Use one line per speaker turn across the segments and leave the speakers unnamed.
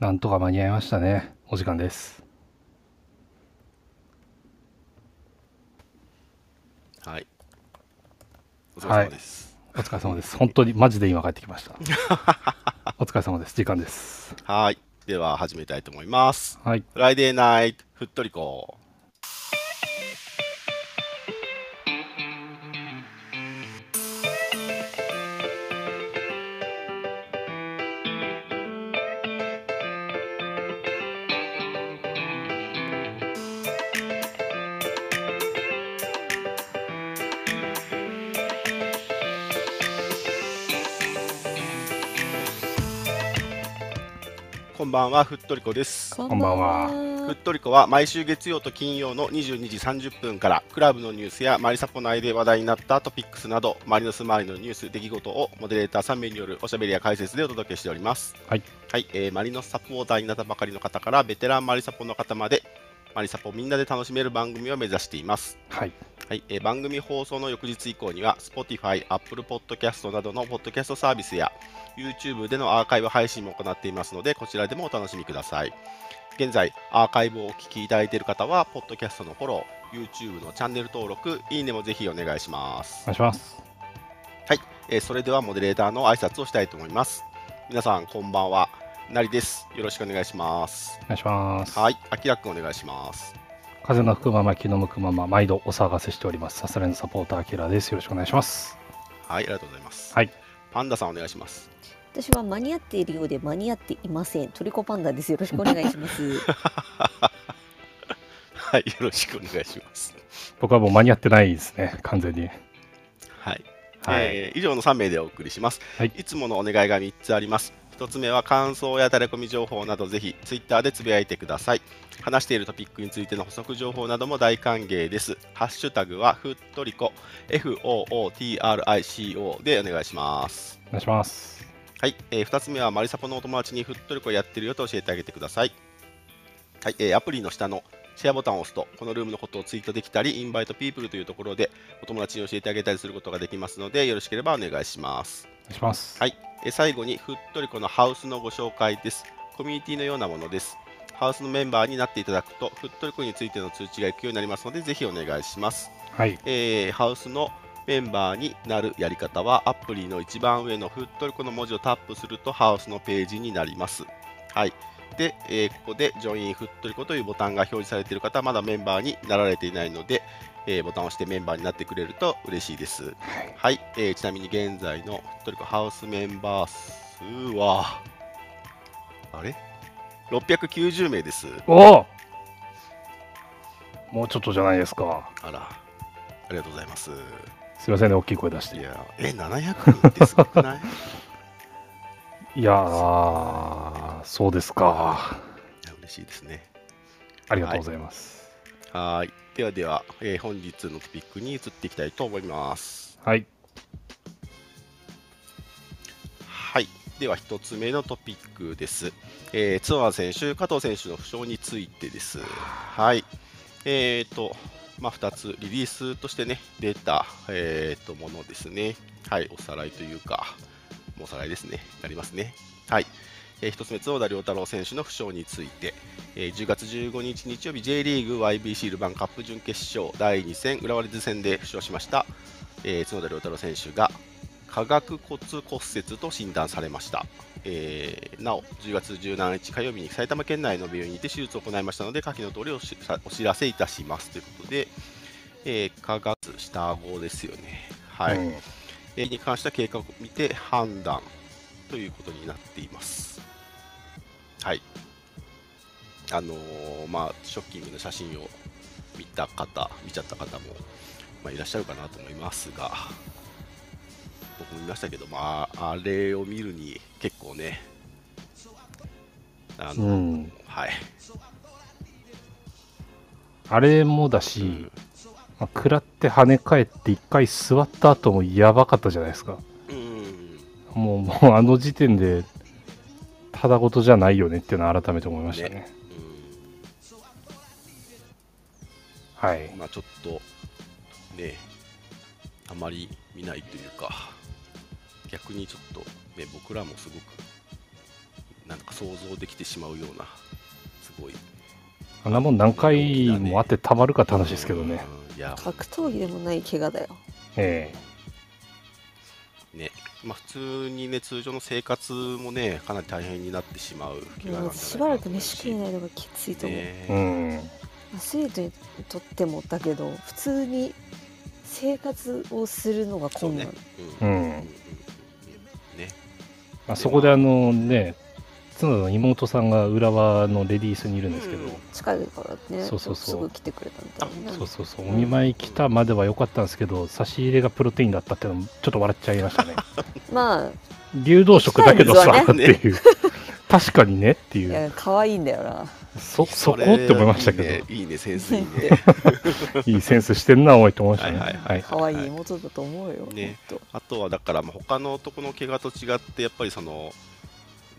なんとか間に合いましたね。お時間です。
はい。お疲れ様です。
お疲れ様です。本当にマジで今帰ってきま した。お疲れ様です。時間です。
はーい。では始めたいと思います。
はい。
フライデーナイト、ふっとりこ。こんばんは、ふっとりこです。
こ
んばんは
ふっとりこは毎週月曜と金曜の22時30分からクラブのニュースやマリサポ内で話題になったトピックスなどマリノス周りのニュース出来事をモデレーター3名によるおしゃべりや解説でお届けしております
はい、
はいえーマリノスサポーターになったばかりの方からベテランマリサポの方までマリサポみんなで楽しめる番組を目指しています
はい。
はい、えー番組放送の翌日以降には Spotify、Apple Podcast などのポッドキャストサービスや YouTube でのアーカイブ配信も行っていますのでこちらでもお楽しみください現在アーカイブをお聞きいただいている方はポッドキャストのフォロー YouTube のチャンネル登録いいねもぜひお願いします
お、願いします。
えーそれではモデレーターの挨拶をしたいと思います皆さんこんばんはなりですよろしくお願いします
お願いします。
はい、あきらくんお願いします
風が吹くまま、気の向くまま、毎度お騒がせしております。さすらいのサポーター、アキラです。よろしくお願いします。
はい、ありがとうございます
はい。
パンダさんお願いします
私は間に合っているようで間に合っていません。トリコパンダです。よろしくお願いし ます。
はい、よろしくお願いします
僕はもう間に合ってないですね。完全に。
はい
はい。
えー以上の3名でお送りします、
はい
い、つものお願いが3つあります1つ目は感想やタレコミ情報などぜひ Twitter でつぶやいてください話しているトピックについての補足情報なども大歓迎ですハッシュタグはふっとりこ FOOTRICO でお願いします
お願いします。
はい、え2つ目はマリサポのお友達にふっとりこやってるよと教えてあげてください。はい、えーアプリの下のシェアボタンを押すと、このルームのことをツイートできたり、インバイトピープルというところでお友達に教えてあげたりすることができますので、よろしければお願いします。
お願いします。
はい、えー最後にふっとりこのハウスのご紹介です。コミュニティのようなものです。ハウスのメンバーになっていただくと、ふっとりこについての通知が行くようになりますので、ぜひお願いします。
はい。
えーハウスのメンバーになるやり方はアプリの一番上のフットルコの文字をタップするとハウスのページになります。はい。で、えーここでジョインフットルコというボタンが表示されている方はまだメンバーになられていないので、えーボタンを押してメンバーになってくれると嬉しいです。
はい。
はい。えーちなみに現在のフットルコハウスメンバー数は、あれ ?690 名です。
おおもうちょっとじゃないですか。
あら。ありがとうございます。
すいませんね、大きい声出して
い。やー、え、700人ってすごくない
いやー、そうですか。
いや嬉しいですね。
ありがとうございます。
はーい。ではでは、えー本日のトピックに移っていきたいと思います。
はい。
はい。では、1つ目のトピックです。えー、ツアー選手、加藤選手の負傷についてです。はい。えーと、まあ、2つ、リリースとしてね、出た、えーと、ものですね。はい。おさらいというか、もうおさらいですね。なりますね。はい。え1つ目、角田良太郎選手の負傷について、えー10月15日日曜日 J リーグ YBC ルヴァンカップ準決勝第2戦浦和レッズ戦で負傷しました、えー角田良太郎選手が下顎骨骨折と診断されました、えーなお10月17日火曜日に埼玉県内の病院にて手術を行いましたので下記の通りをお知らお知らせいたしますということで、えー、下顎下顎ですよねはい、
うん
えーに関した経過を見て判断ということになっています。はい。あのーまあ、ショッキングな写真を見た方、見ちゃった方も、まあ、いらっしゃるかなと思いますが、僕も見ましたけど、まあ、あれを見るに結構ね、あの
うん。
はい。
あれもだ
う
し
ん、
まあ食らって跳ね返って一回座った後もやばかったじゃないですか。
うん
もう、もうあの時点で、ただ事じゃないよねっていうのは改めて思いましたね。は
う
い
ん。まあ、ちょっと、ね、あまり見ないというか、逆にちょっと、ね、僕らもすごく、なんか想像できてしまうような、すごい。
あんなもん何回もあってたまるかって話ですけどね。
うん。いや、
格闘技でもない怪我だよ
え
まあ、普通にね、通常の生活もね、かなり大変になってしまう怪我なんじゃないかなと思い
もう
ます
しばらく飯食えないのがきついと思う、
ね
えうん。
アスリートにとってもだけど普通に生活をするのが
そう
困
ね
難、
う
うんん
うんうんうんね
まあ、そこであのね、角田の妹さんが浦和のレディースにいるんですけど、
うん
近いからね
そうそうそう
すぐ来てくれたみたいな
そうそうそう、お見舞い来たまでは良かったんですけど、差し入れがプロテインだったってのも、ちょっと笑っちゃいましたね。
まあ
流動食だけどさ、
行き
たいん
っ
で
て
すわ
い
ね
う。確かにねってい。
いうや可愛いんだよな
そ、そこ
れ
って思いましたけど、いい,、
いいねいいねセンスいいね
センスしてんな、おいと思いましたね。
は
はいい
はいはい
可愛い妹だと思うよ、
ね
ほんと
あとはだからまあ他の男の怪我と違ってやっぱりその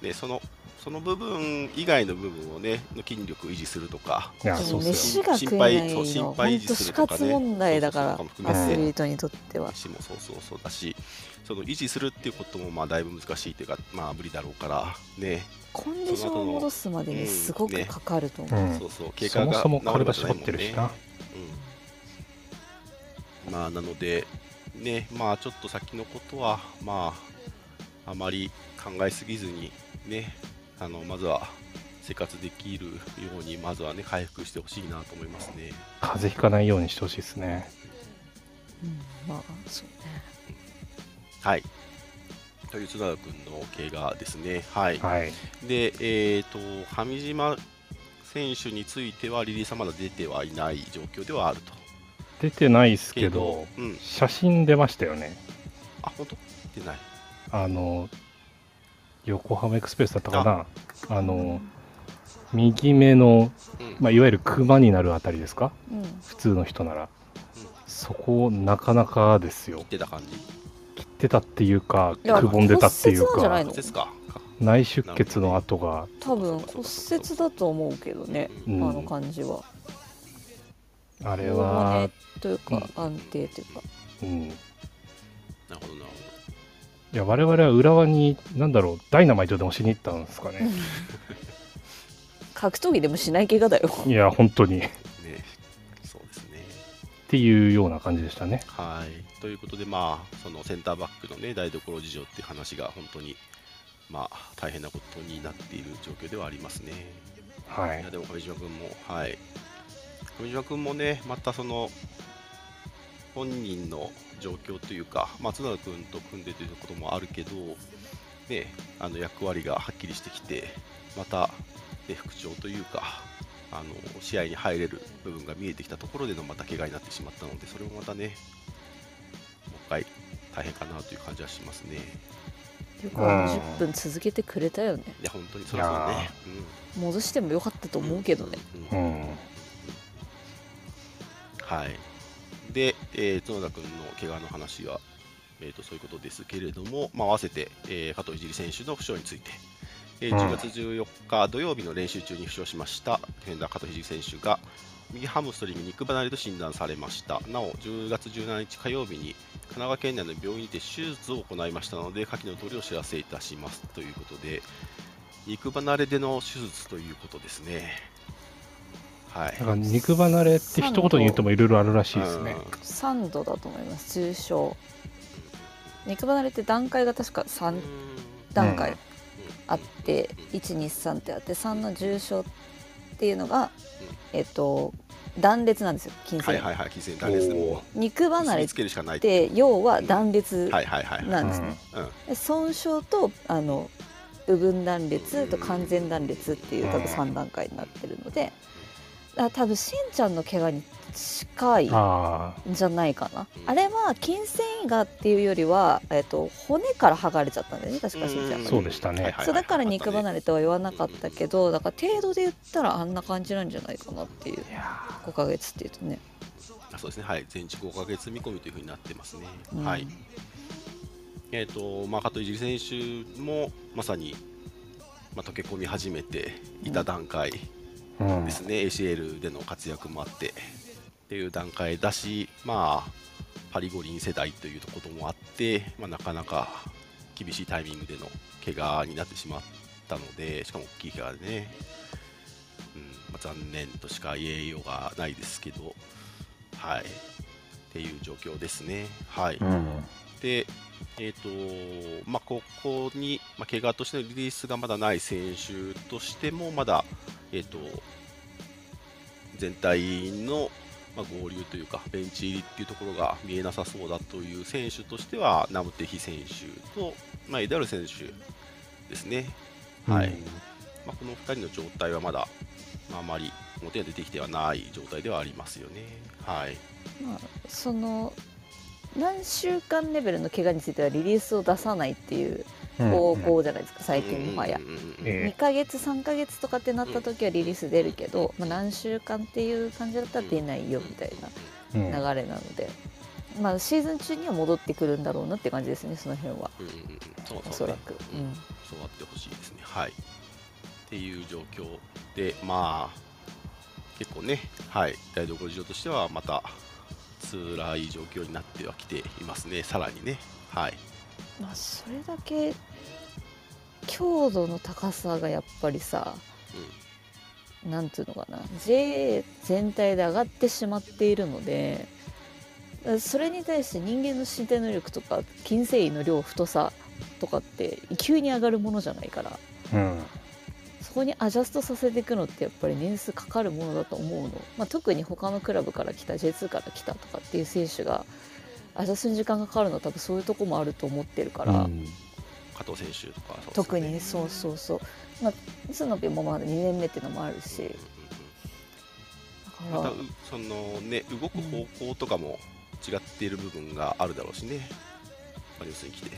ねそのその部分以外の部分をねの筋力を維持するとか
いや、
で
そ
も
うっす
飯
よ。
が食えない
そう心
の
配
本
維持
当
す
死
るとかね
活問題だから
そうそうそう
アスリートにとっては
私もそうそうそうだしその維持するっていうこともまあだいぶ難しいというかまあ無理だろうからね、
コンディションを戻すまで
うん
にすごくかかると思う、
うん
そうそう経
そ
過が
もそも
治る
体
わけじゃ
絞
な
っ
いもんね
てるしな。
うんまあなのでねまあちょっと先のことはまああまり考えすぎずにねあのまずは生活できるようにまずはね回復してほしいなと思いますね。
風邪ひかないようにしてほしいですね。
うんまあそうね
はい。という津田君の怪我ですね。はい。
はい。
で、えっ、と上島選手についてはリリースはまだ出てはいない状況ではあると。
出てないですけど、
うん。
写真出ましたよね。
あ本当出ない。
あの、横浜エクスプレスだったかな。あの、右目の、
うん。
まあ、いわゆるクマになるあたりですか
うん
普通の人なら。そこ、なかなかですよ
言っ。てた感じ。
切ってたっていうか、
いや
くぼんでたっていう
骨折なんじゃない
か、
の
骨折か。
内出血の跡が、
多分骨折だと思うけどね、
うん
あの感じは。
あれ
大
は
骨、というか安定というか、
うん。い
なるほどなるほど。
や、我々は浦和に、なんだろう、ダイナマイトでもしに行ったんですかね。
格闘技でもしない怪我だよ。
いや、本当に。っ
ね、そうですね。
ていうような感じでしたね。
はい。ということで、まあ、そのセンターバックのね、台所事情っていう話が本当に、まあ、大変なことになっている状況ではありますね。
はいい
や、。でも上島君も、はい。上島君もね、またその、本人の状況というか、まあ、津田君と組んでということもあるけど、ね、あの役割がはっきりしてきて、また、ね、復調というか、あの試合に入れる部分が見えてきたところでのまた怪我になってしまったので、それもまたね、もう一回大変かなという感じはしますね。
よくあの10分続けてくれたよね。
いや、本当にそれはそうね。うん
戻してもよかったと思うけどね。
う
うんん。
はい。で、えー角田君の怪我の話は、えーとそういうことですけれども、まあ、合わせて、えー加藤いじり選手の負傷について、えー
うん
10月14日土曜日の練習中に負傷しましたディフェンダー加藤いじり選手が右ハムストリング肉離れと診断されましたなお10月17日火曜日に神奈川県内の病院にて手術を行いましたので下記の通りお知らせいたしますということで肉離れでの手術ということですねはい
なんか肉離れって一言に言ってもいろいろあるらしいですね。
3度だと思います。重症。肉離れって段階が確か
うん
3段階あって、
うん
123ってあって3の重症っていうのが、えっと断裂なんですよ筋
はい
線。
はいはい筋線断裂でも
肉
う
離
結
れ
び
っ
つけるしかない
て要は断裂
はいはいはいはい
なんですね。
うん
で損傷とあの部分断裂と完全断裂っていう多分
うん
3段階になってるのであ多分しんちゃんの怪我に近い
うんあ
んじゃないかな
うん
あれは筋繊維がっていうよりは、えっと骨から剥がれちゃったんだよね確かしんちゃん
ん
が。
そうでしたね
はいはいはい
そうだから肉
あっ
離れとは言わなかったけどだから程度で言ったらあんな感じなんじゃないかなっていう
あ。いや
5ヶ月っていうとね、
たねあそうですねはい全治5ヶ月見込みというふうになってますね
うん
はいえっとまあ加藤いじり選手もまさにまあ溶け込み始めていた段階
ーうん
で。すね ACL での活躍もあってっていう段階だしまあパリ五輪世代ということもあってまあなかなか厳しいタイミングでの怪我になってしまったしたので、しかも大きい怪我でね、うんまあ、残念としか言えようがないですけど、はい、っていう状況ですね。はい、
うん。
で、えっ、と、まあ、ここに、まあ、怪我としてのリリースがまだない選手としても、まだ、えっ、と、全体の、まあ、合流というか、ベンチ入りっていうところが見えなさそうだという選手としては、ナムテヒ選手と、まあ、エダル選手ですね。はい。
うん
まあ、この2人の状態はまだ、まあ、あまり表に出てきてはない状態ではありますよね。はい。
まあ、その何週間レベルの怪我についてはリリースを出さないっていう方向じゃないですか、最近もはや
うんうんうんうん
ええ
2ヶ月3ヶ月とかってなった時はリリース出るけど、まあ、何週間っていう感じだったら出ないよみたい
うん
な流れなので、まあ、シーズン中には戻ってくるんだろうなって感じですねその辺は
うんうんうんそう
お
そ
そう
ね
らく、
う
うんん、
そうなってほしいですね。はい。っていう状況で、まあ、結構ね、はい、台所事情としては、また辛い状況になってはきていますね、さらにね。はい。
まあ、それだけ強度の高さがやっぱりさなんていうのかな JA 全体で上がってしまっているのでそれに対して人間の身体能力とか筋繊維の量太さとかって急に上がるものじゃないから
うん
そこにアジャストさせていくのってやっぱり年数かかるものだと思うの、まあ、特に他のクラブから来た J2 から来たとかっていう選手がアジャストに時間がかかるのは多分そういうとこもあると思ってるから。
うん
加藤選手とか、そうですね
特にそうそうそう、まあ、角ピもまだ2年目っていうのもあるし
うんう
だ
んうんまた
から
う、そのね、動く方向とかも違っている部分があるだろうしね。マリオスに来て。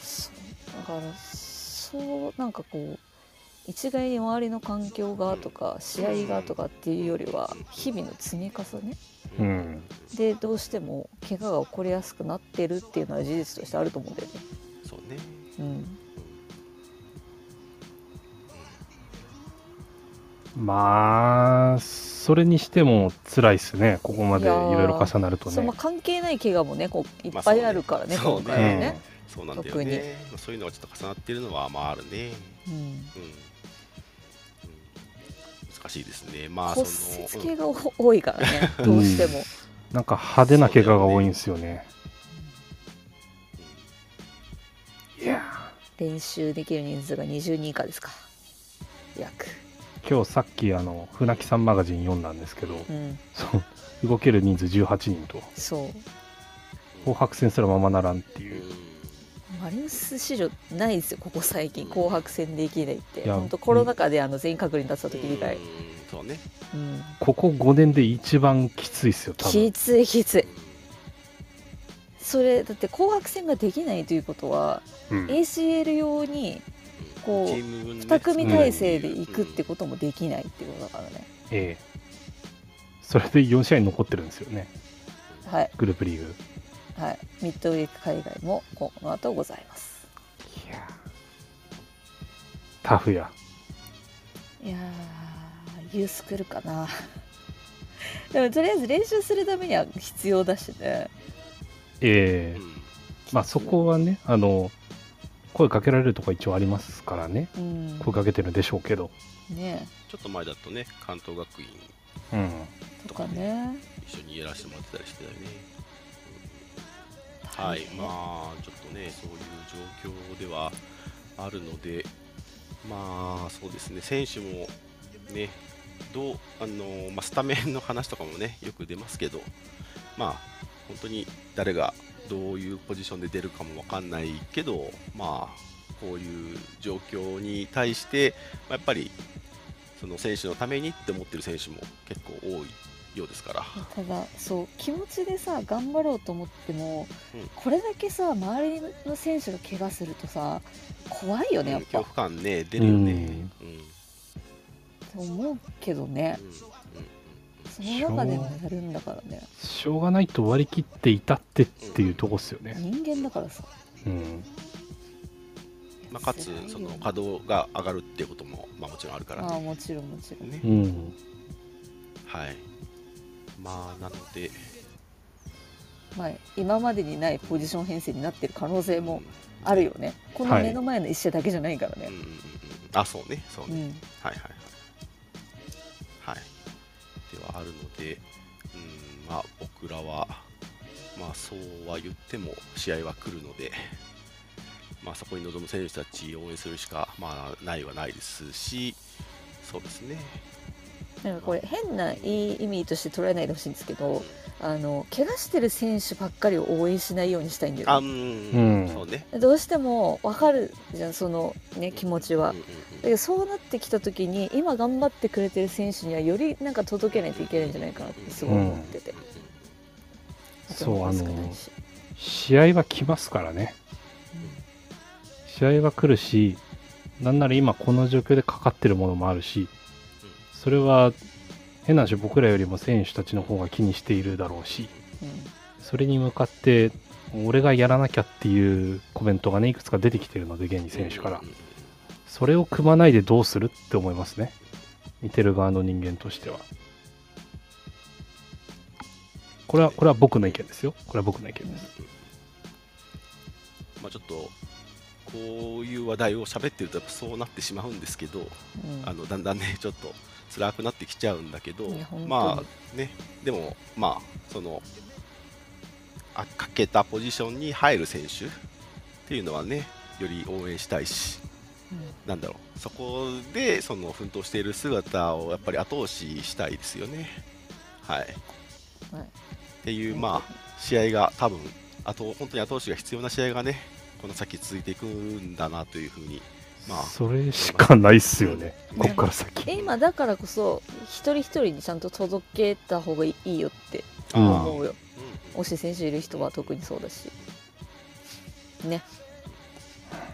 そうだからそうなんかこう一概に周りの環境がとか試合がとかっていうよりは日々の積み重ね
うん
でどうしても怪我が起こりやすくなってるっていうのは事実としてあると思うんだよね。
そうね。
うん、
まあそれにしても辛いですねここまでい
いやー
ろいろ重なると
そう
ね
まあ、関係ない怪我もねこういっ
まあ
ぱいあるからね,、
そうね
今回はね。
そうなんだよね。まあそういうのがちょっと重なっているのは、まああるね。
うん
うんうん難しいですね、まあ、
骨
その
折系が多いからね、どうしても。
うんなんか派手な怪我が多いんですよねいや
練習できる人数が20人以下ですか約
ー今日さっきあの船木さんマガジン読んだんですけど
うん
そう動ける人数18人と
そう
紅白戦すらままならんって
うん
いう
マリノス史上ないですよここ最近紅白戦できないって
いや
本当コロナ禍であの全員隔離になってた時以外
うん、そうね、
うん、
ここ5年で一番きついっすよ多
き
分
ついきつ
う
いそれだって紅白戦ができないということは
うん
ACL 用に
ん
こう
チーム分ね
2組体制で行くってこともできないってことだからね
ええそれで4試合残ってるんですよね
はい
グループリーグ
はいミッドウィーク海外もこの後ございます
いやタフや
いやーユースクールかな でもとりあえず練習するためには必要だしね
ええ
うん
まあそこはねあの声かけられるとか一応ありますからね
うん
声かけてるでしょうけど
ね
ちょっと前だとね、関東学院、
うん
とかね
一緒にやらせてもらってたりしてたよね。うんはい、まあ、ちょっとね、そういう状況ではあるので、まあ、そうですね、選手もね、どうあのまあ、スタメンの話とかもね、よく出ますけど、まあ、本当に誰がどういうポジションで出るかもわかんないけど、まあ、こういう状況に対して、まあやっぱりその選手のためにって思ってる選手も結構多いようですから。
ただそう気持ちでさ頑張ろうと思っても、
うん
これだけさ周りの選手が怪我するとさ怖いよねやっ
恐
ぱ
怖感ね、出るよね。うんうん
と思うけどねその中でもやるんだからね
しょうがないと割り切っていたってっていうとこっすよね
人間だからさ
うん
まあ、かつ
辛いよね
その稼働が上がるっていうことも、まあ、もちろんあるから
まあ
ね。
もちろんもちろん
ね
うん
はい。まあなので、
まあ、今までにないポジション編成になってる可能性もあるよねこの
はい
目の前の一社だけじゃないから
うん
ね
うんうんうんあそうねそう
う
ね、
ん
はいはいはいではあるのでうんまあ僕らはまあそうは言っても試合は来るのでまあそこに臨む選手たち応援するしかまあないはないですしそうですね
なんかこれ変ないい意味として捉えないでほしいんですけどあの怪我してる選手ばっかりを応援しないようにしたいんだ
あ
よ
う
ね
ん、
うん
そうね
どうしても分かるじゃんそのね気持ちは
うんうん
だ
う
け
ん
どそうなってきた時に今頑張ってくれてる選手にはよりなんか届けないといけないんじゃないかなってすごい思ってて、
そう
頭
あ
も
の
少ないし
試合は来ますからね試合は来るしなんなら今この状況でかかってるものもあるしそれは変な話僕らよりも選手たちの方が気にしているだろうし
うんうん
それに向かって俺がやらなきゃっていうコメントがねいくつか出てきてるので現に選手から
うんうんうん
それを組まないでどうするって思いますね見てる側の人間としてはこれはこれは僕の意見ですよこれは僕の意見です
まあちょっとこういう話題を喋ってるとやっぱそうなってしまうんですけど、
うん
あのだんだんねちょっと辛くなってきちゃうんだけど
いや本当に
まあねでもまあそのあかけたポジションに入る選手っていうのはねより応援したいしなんだろうそこでその奮闘している姿をやっぱり後押ししたいですよねはい、
はい
っていうまあ試合が多分あと本当に後押しが必要な試合がねこの先続いていくんだなというふうにまあ
それしかないっすよね
うん
こっから先
今だからこそ一人一人にちゃんと届けた方がいいよって
うん
思うよ
うん
推し選手いる人は特にそうだしね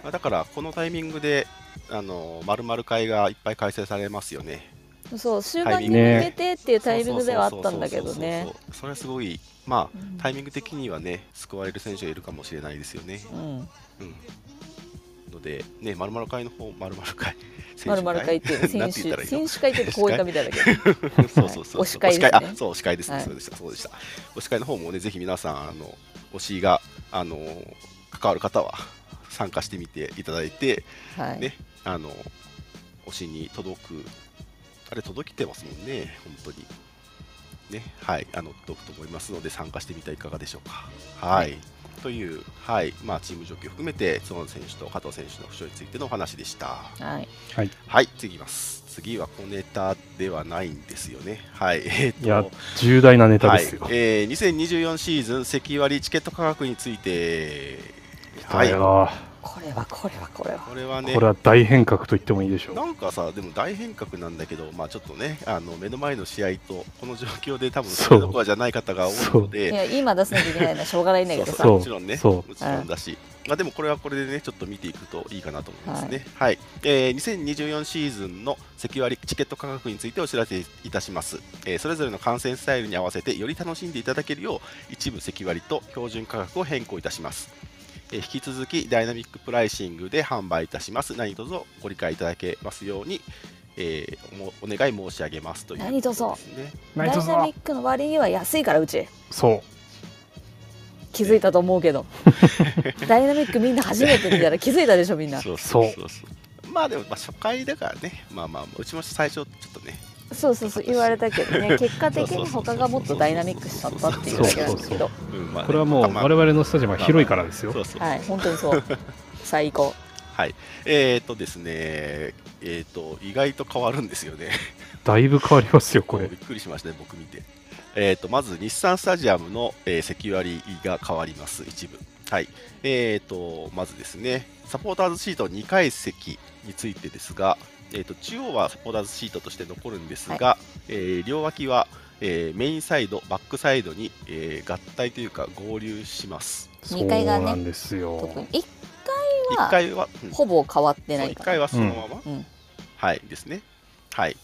まあだからこのタイミングであの丸々会がいっぱい開催されますよね。
そう終盤に向けてっていうタイミングではあったんだけど
そ
ね
うそうそうそう。それはすごいま
う
あ
ん
タイミング的にはね救われる選手がいるかもしれないですよね。
うん
うん。のでね丸々会の方丸々 会選
ま
手
るまる書いてる
なん
選
て言ったら
手
いいの
選手会ってこういったみたいだけど
そうそうそう。
はい推し会で
推し
すね
あ、そう推し会ですね。
はい
そうでした。そうでした。推し会の方もね、ぜひ皆さんあの推しがあの関わる方は参加してみていただいて、
はい、
ねあの推しに届くあれ届きてますもんね、本当に。ね、はい、あの届くと思いますので参加してみてはいかがでしょうか。はい。という、はいまあ、チーム状況を含めて、角田選手と加藤選手の負傷についてのお話でした。
はい、
はい、次いきます。次は小ネタではないんですよね。はい、 えっと
いや重大なネタですよ
はいえー、2024シーズン、関割チケット価格について、
だよな
これはこれはこれは
これはね
これ、は大変革と言ってもいいでしょう
なんかさ、でも大変革なんだけど、まあ、ちょっとね、あの目の前の試合と、この状況で、多分
そう
それどころじゃない方が多いの
い
で、
や今出さなきゃいけないのはしょうがないんだけどさ
そう
もちろんね、
そう
もちろんだし、まあ、でもこれはこれでね、ちょっと見ていくといいかなと思いますね。はい、えー2024シーズンの関割チケット価格についてお知らせいたします、えーそれぞれの観戦スタイルに合わせて、より楽しんでいただけるよう、一部関割と標準価格を変更いたします。えー引き続きダイナミックプライシングで販売いたします。何卒ご理解いただけますように、えーおお願い申し上げますという
何卒
ことですね。
ナ
ダ
イ
イ
ト
ナ
さ
ミ
ん
ックの割には安いからうち
そ
気づいたと思うけどダイナミックみんな初めて見たら気づいたでしょみんな
そう
そう
そうそうまあでも、まあ、初回だからね、まあまあ、うちも最初、ちょっとね、
そうそうそう言われたけどね結果的に他がもっとダイナミックしちゃったっていうだけなんですけど
うんまあね
うこれはもう
まあまあ
我々のスタジアムは広いからですよ
そうそうそう
はい本当にそう最高
はい。えっ、ー、とですね、えっ、と、意外と変わるんですよね。
だいぶ変わりますよこれ
びっくりしましたね、僕見て。えっ、と、まず、日産スタジアムの、えー、席割りが変わります、一部。はい。えっ、と、まずですね、サポーターズシート2階席についてですが、えー、と中央はサポーターズシートとして残るんですが、えー両脇は、えーメインサイド、バックサイドに、えー合体というか合流します。
そう
二階がね
なんですよ
特に一
1
回は
階は、うん
ほぼ変わってな
そう
い
一
か
回
ら
はそのまま、
うん
はいですねはい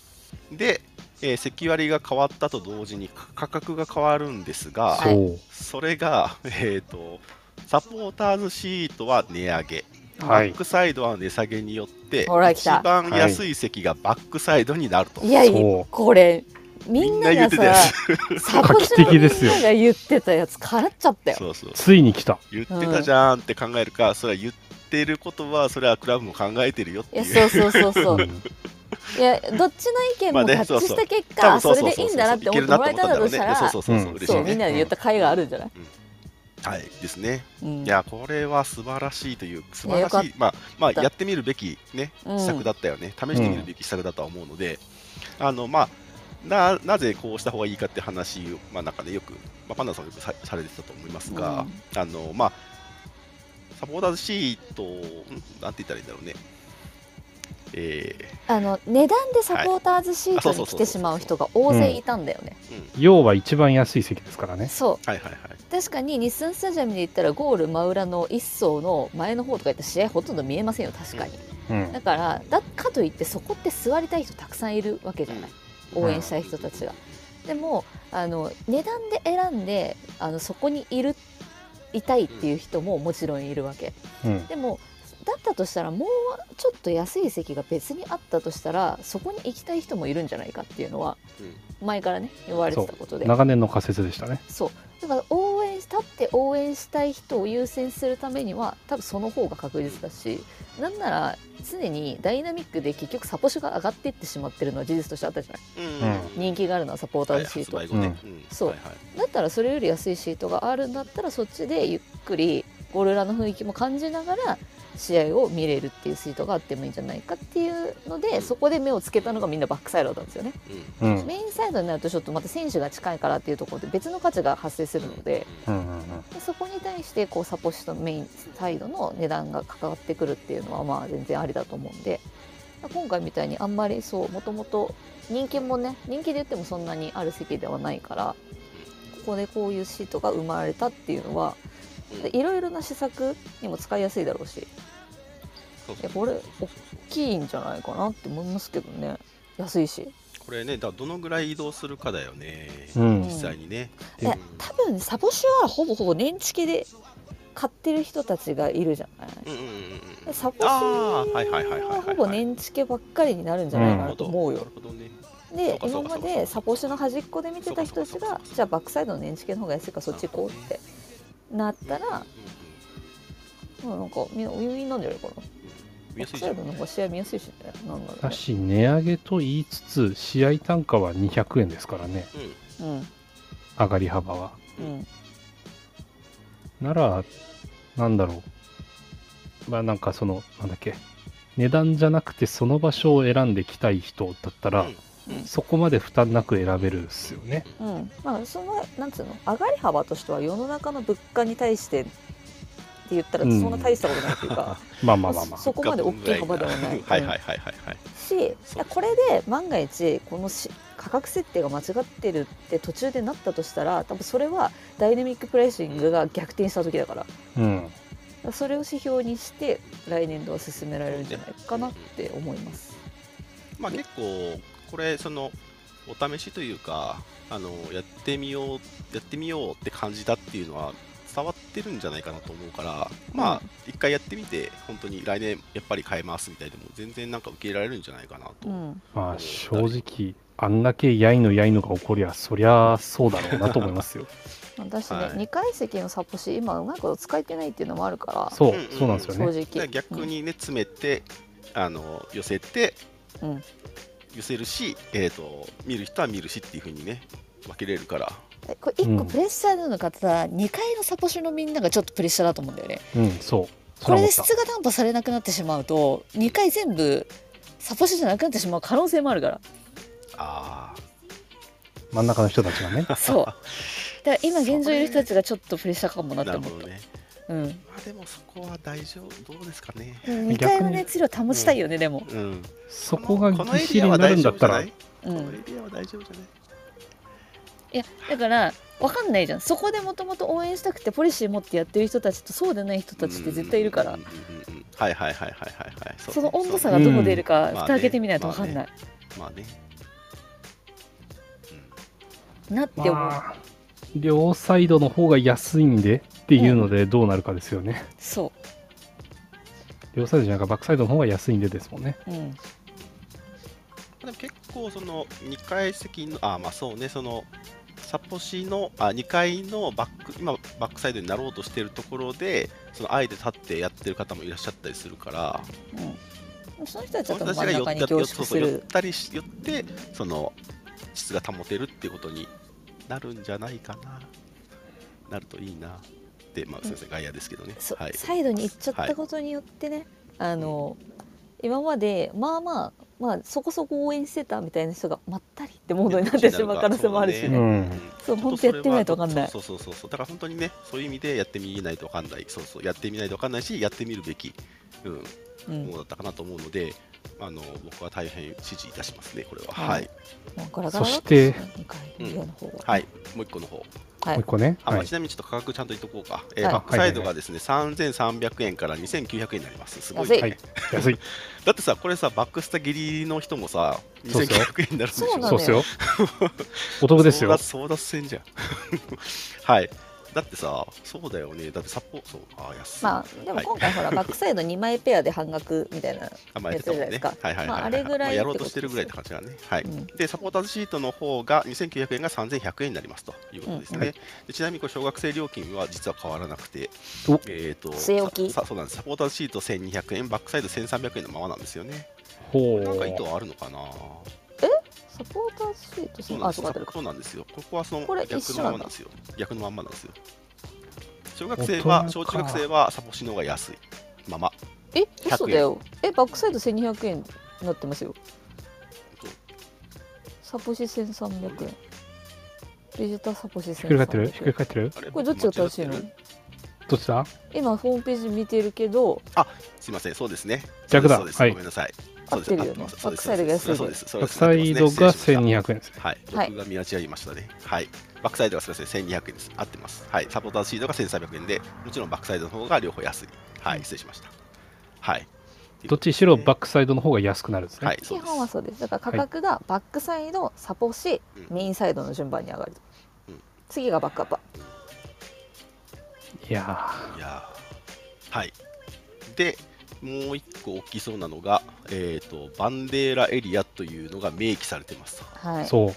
で、えー、席割りが変わったと同時にか価格が変わるんですが
は
そ
い
そう
れがえっ、とサポーターズシートは値上げ、
は
バ
い
ックサイドは値下げによって
ほら来
一
た
番安い席がバックサイドになると、
いやいや
そう
これみんなが
たや
さサ
画
ト
期
シのみ
的
ん
ですよ
なが言ってたやつからっちゃった
つ
よ
そうそう
ついに来た。
言ってたじゃんって考えるか、それは言ってることはそれはクラブも考えてるよっ
い
て
や
いう
そうそうそうそううんいやどっちの意見
まあ
も
ね
合致した結
多
果
分
あそれでいいんだなって思ってもらえたんだと
う
した
いけるなって思ったんだろうねそう
ら
そうそうそう
うん
嬉しい
そう
ね
みんなで言った甲斐があるんじゃない
はいですね
うん
いやこれは素晴らしいという素
いや
晴ら
よかっ
したいまあまあやってみるべきね
うん
施策だったよね、試してみるべき施策だとは思うので、あのまあななぜこうした方がいいかって話を、まあ、なんかねよく、まあ、パンダさんもよくさされてたと思いますが、あのまあサポーターズシートんなんて言ったらいいんだろうねえ
あの値段でサポーターズシートに来てしまう人が大勢いたんだよね。
ーうん
要は一番安い席ですからね。
そう
はいはいはい
確かに日産スタジアムに行ったらゴール真裏の1層の前の方とか行ったら試合ほとんど見えませんよ確かに、
うん
だからだかといってそこって座りたい人たくさんいるわけじゃない、応援したい人たちが、でもあの値段で選んであのそこにいるいたいっていう人ももちろんいるわけ
うん
でもだったとしたらもうちょっと安い席が別にあったとしたらそこに行きたい人もいるんじゃないかっていうのは前からね言われてたことで
長年の仮説でしたね。
そうだから応援立って応援したい人を優先するためには多分その方が確実だしなんなら常にダイナミックで結局サポシが上がっていってしまってるのは事実としてあったじゃない
うん
人気があるのはサポータ
はい
ーズシー
発
ト、
売後ねん
そう
はいはい
だったらそれより安いシートがあるんだったらそっちでゆっくりゴルラの雰囲気も感じながら試合を見れるっていうシートがあってもいいんじゃないかっていうのでそこで目をつけたのがみんなバックサイドだったんですよね
うん
うんうん
メインサイドになるとちょっとまた選手が近いからっていうところで別の価値が発生するので、
うんうん
でそこに対してこうサポシとメインサイドの値段が関わってくるっていうのはまあ全然ありだと思うんで今回みたいにあんまりそうもともと人気もね人気で言ってもそんなにある席ではないからここでこういうシートが生まれたっていうのは
うん
でいろいろな施策にも使いやすいだろうし
そう
い
そう
やこれ大きいんじゃないかなって思いますけどね安いし
これねだからどのぐらい移動するかだよね、
うん
実際にね、
え
うん
多分サポシはほぼほぼ年チケで買ってる人たちがいるじゃない
うんうんうんうん
サポシ
あーはいはいはいはいはい
はほぼ年チケばっかりになるんじゃないかなと思う
な
よ
る。ほどね
で
そう
今
かそ
ま
うかそう
で
か
サポシの端っこで見てた人たち
そうかそうか
が
そうか
じゃあバックサイドの年チケの方が安いからそっち行こうってなったらもうなんかみんなウィンウィンなんじゃないかな。
見や
バッ
す
ク
いじ
サ
ゃ
イ
ん
ドの方が試合見やすいしね。なんだろう
だ
ね。
し値上げと言いつつ試合単価は200円ですからね
う
上がり幅は
んうん
ならなんだろうまあなんかそのなんだっけ値段じゃなくてその場所を選んできたい人だったら、
うん
うん
そこまで負担なく選べるっすよね
うん。まあそのなんつうの上がり幅としては世の中の物価に対してって言ったらそんな大したことないっていうか。
まあまあまあまあ
そこまで大きい幅ではない
はいはいはいはいはい
し
そう
これで万が一このし価格設定が間違ってるって途中でなったとしたら多分それはダイナミックプライシングが逆転した時だからだか
うん
らそれを指標にして来年度は進められるんじゃないかなって思います。
まあ結構これそのお試しというかあのやってみようやってみようって感じだっていうのは伝わってるんじゃないかなと思うからまあ一回やってみて本当に来年やっぱり変えますみたいでも全然なんか受け入れられるんじゃないかなと、
うん、
まあ正直あんだけやいのやいのが起こりゃそりゃそうだろうなと思います よ
私ね、
はい
2階席のサポシ今うまいこと使えてないっていうのもあるから
そう、
うんうん
そうなんですよね
正
だから
直
逆、にね詰めてあの寄せて、
うん
寄せるし、えー、と見る人は見るしっていう風にね分けれるから
うんこれ1個
うん
プレッシャーなのかってたら2階のサポシのみんながちょっとプレッシャーだと思うんだよね
うんそうそ
こ
れ
れ
は
で
思っ
質
た
が担保されなくなってしまうと2回全部サポシじゃなくなってしまう可能性もあ るから
あ
真ん中の人たちがね
そうだから今現状いる人たちがちょっとプレッシャーかも
あ
なって
なる
思
ほ
っ
ど
た、
ね
うん
まあでもそこは大丈夫どうですかね
2階の熱量保ちたいよね、でも、
うん
そこが
この
ぎ
エ
っし
リ
り
ア
に
は
なる
大
んだっ
丈夫じ
た
ゃな
ら
い、
うん、
このエリアは大丈夫じゃない
いやだから分かんないじゃんそこでもともと応援したくてポリシー持ってやってる人たちとそうでない人たちって絶対いるから、
うんうんうんうんはいはいはいはいはいはいそう
その温度差
そ
がどこ出る
う
か
んまあね
蓋開けてみないと分かんない、
うまあね
なって思う、
まあ両サイドの方が安いんでっていうのでどうなるかですよね、
そ
両サイドじゃなくてバックサイドの方が安いんでですもんね
う、うん、
でも結構その2階席のあまあそうねそのサポシのあ2階のバック今バックサイドになろうとしているところでそのあえて立ってやってる方もいらっしゃったりするから
うん、その人たち
そ
は
の
多
人たち
分真
が
ん
寄っ
中
た
に凝縮す
寄っ
る
たりし寄ってその質が保てるっていうことになるんじゃないかななるといいなでまあすいません外野ですけどね
そ
はい
サイドに行っちゃったことによってね、あの今までまあまあまあそこそこ応援してたみたいな人がまったりってモードになってしまう可能性もある
う
し
う
ね。
ん。
そう
ちょ
本
と
当やってみないと分かんない
そうそうそうそうそうだから本当にねそういう意味でやってみないと分かんないそうそうやってみないと分かんないしやってみるべき、うん、も
うん
のだったかなと思うのであの僕は大変支持いたしますねこれはは
はい
い
もうガラガ
そ
ラだっ
した
してね二回
うん
上の方は
はいもう一個の方
は
もう一
い
個ね。
あ、ま
は
あ、
い
ち。なみにちょっと価格ちゃんと言っとこうか、えー
はい
バックサイドがですね3300円から2900円になりますすごい,、
安い
はい。安い。
だってさこれさバックスタギリの人もさ
そうそう
2900円になるんでしょ
そうな
そう
の
っすよ。 お得ですよ。
争奪争奪戦じゃん はいだってさそうだよねだってサポそうあ安い
まあでも今回ほらバックサイド2枚ペアで半額みたいな、
あまあやってたもん
やって
ね。
たじ
はいはいはい、はい
まああれぐらい
まあやろうとして
って
る
こ
ぐ
と
らいって感じだね。はい。
うん
で、サポーターズシートの方が2900円が3100円になりますということですね。
うんう
でちなみにこれ小学生料金は実は変わらなくて、
お
えーと
据え置き
ささそうなんですサポーターズシート1200円、バックサイド1300円のままなんですよね。
ほ
なんか意図
う。
はあるのかな
サポーターシート
そ
そうう
なんで
あ
す
そう
よ
かってる。か
そうなんですよ。ここはその
これ
逆
一
のま
緒な
ま
んだ
なんですよ。逆のまんまなんですよ。小学生は、
大人
小
か
中学生はサポシの方が安いまま。
え
円
嘘だよえバックサイド1200円になってますよ
そう
サポシ1300円ビジュタサポシ
ひっくり返ってるひっくり
1300
返
円
ってる
あれ
これどっちが正しい
間
の
違ってる
どっちだ
今ホームページ見てるけど
すいません、そうですね。
逆だ
そうです、
はい
ごめんなさい。
合ってるよね
そうです合ってます
バックサイドが安いで
そうです。そう
バッ
で
ク
す
サイドが。
そうです
1200円ですね。
はい、
はい
僕が見間違えましたね。はい。バックサイドがすみません、1200円です。合ってます。はい。サポーターズシードが1300円で、もちろんバックサイドの方が両方安い。は
う
い、
ん
失礼しました。はい。
どっちにしろ
ね
バックサイドの方が安くなるんですね。
はい、そ
基
うで
本は
す。
そうですだから価格がバックサイドサポシ
うん
メインサイドの順番に上がると、
うん
次がバックアッパ
いや
いやーはい。で、もう一個大きそうなのが、えっ、と、バンデーラエリアというのが明記されてます。
ーは
ー
い
そう。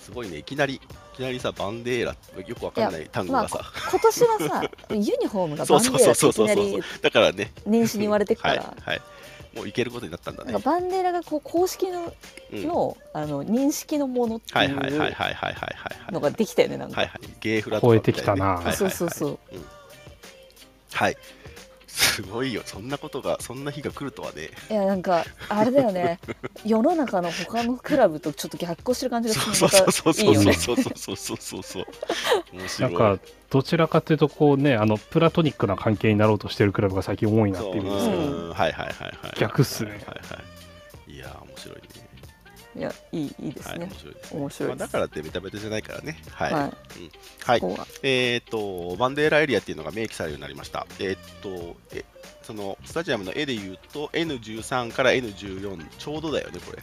すごいね、いきなり、いきなりさ、バンデーラ、よくわかんない単語がさ、
今年はさ ユニフォームが
そ
バ
う
ンデ
そう
ー
そう
ラって
そうそうそ
いきな
う
り。
だからね、
年始に言われてくか
は
ら
い、はい、もういけることになったんだね
なんかバンデーラがこう公式の,、
うん
のあの認識のものって
はいいはいはいはいうはいはいはい
のができたよねなん
は
か
いはいゲーフラと
超え
かみた
て
い
きたな
ねはいはいはい
そうそうそう
はいすごいよそんなことがそんな日が来るとはね
いやなんかあれだ よね世の中の他のクラブとちょっと逆行してる感じが
そう
す
そ
る
うそう
いい
そう
よ
そう
ね
そうそうそうそうそう面
な
白い
んか、どちらかというと、こうね、あの、プラトニックな関係になろうとしてるクラブが最近多いなって
そう
いううんん
は
ですけど、
いはいは
ん
いはい
逆っすね
はいはいいやー面白いね
いやいいいいです
はい
ね
面、白いですね
面白い
ま
で
あ
す
だからってベタベタじゃないからねはい
はい
はい
ここは
えー、とバンデーラエリアっていうのが明記されるようになりました、えー、とえそのスタジアムの絵でいうと N13 から N14 ちょうどだよねこれ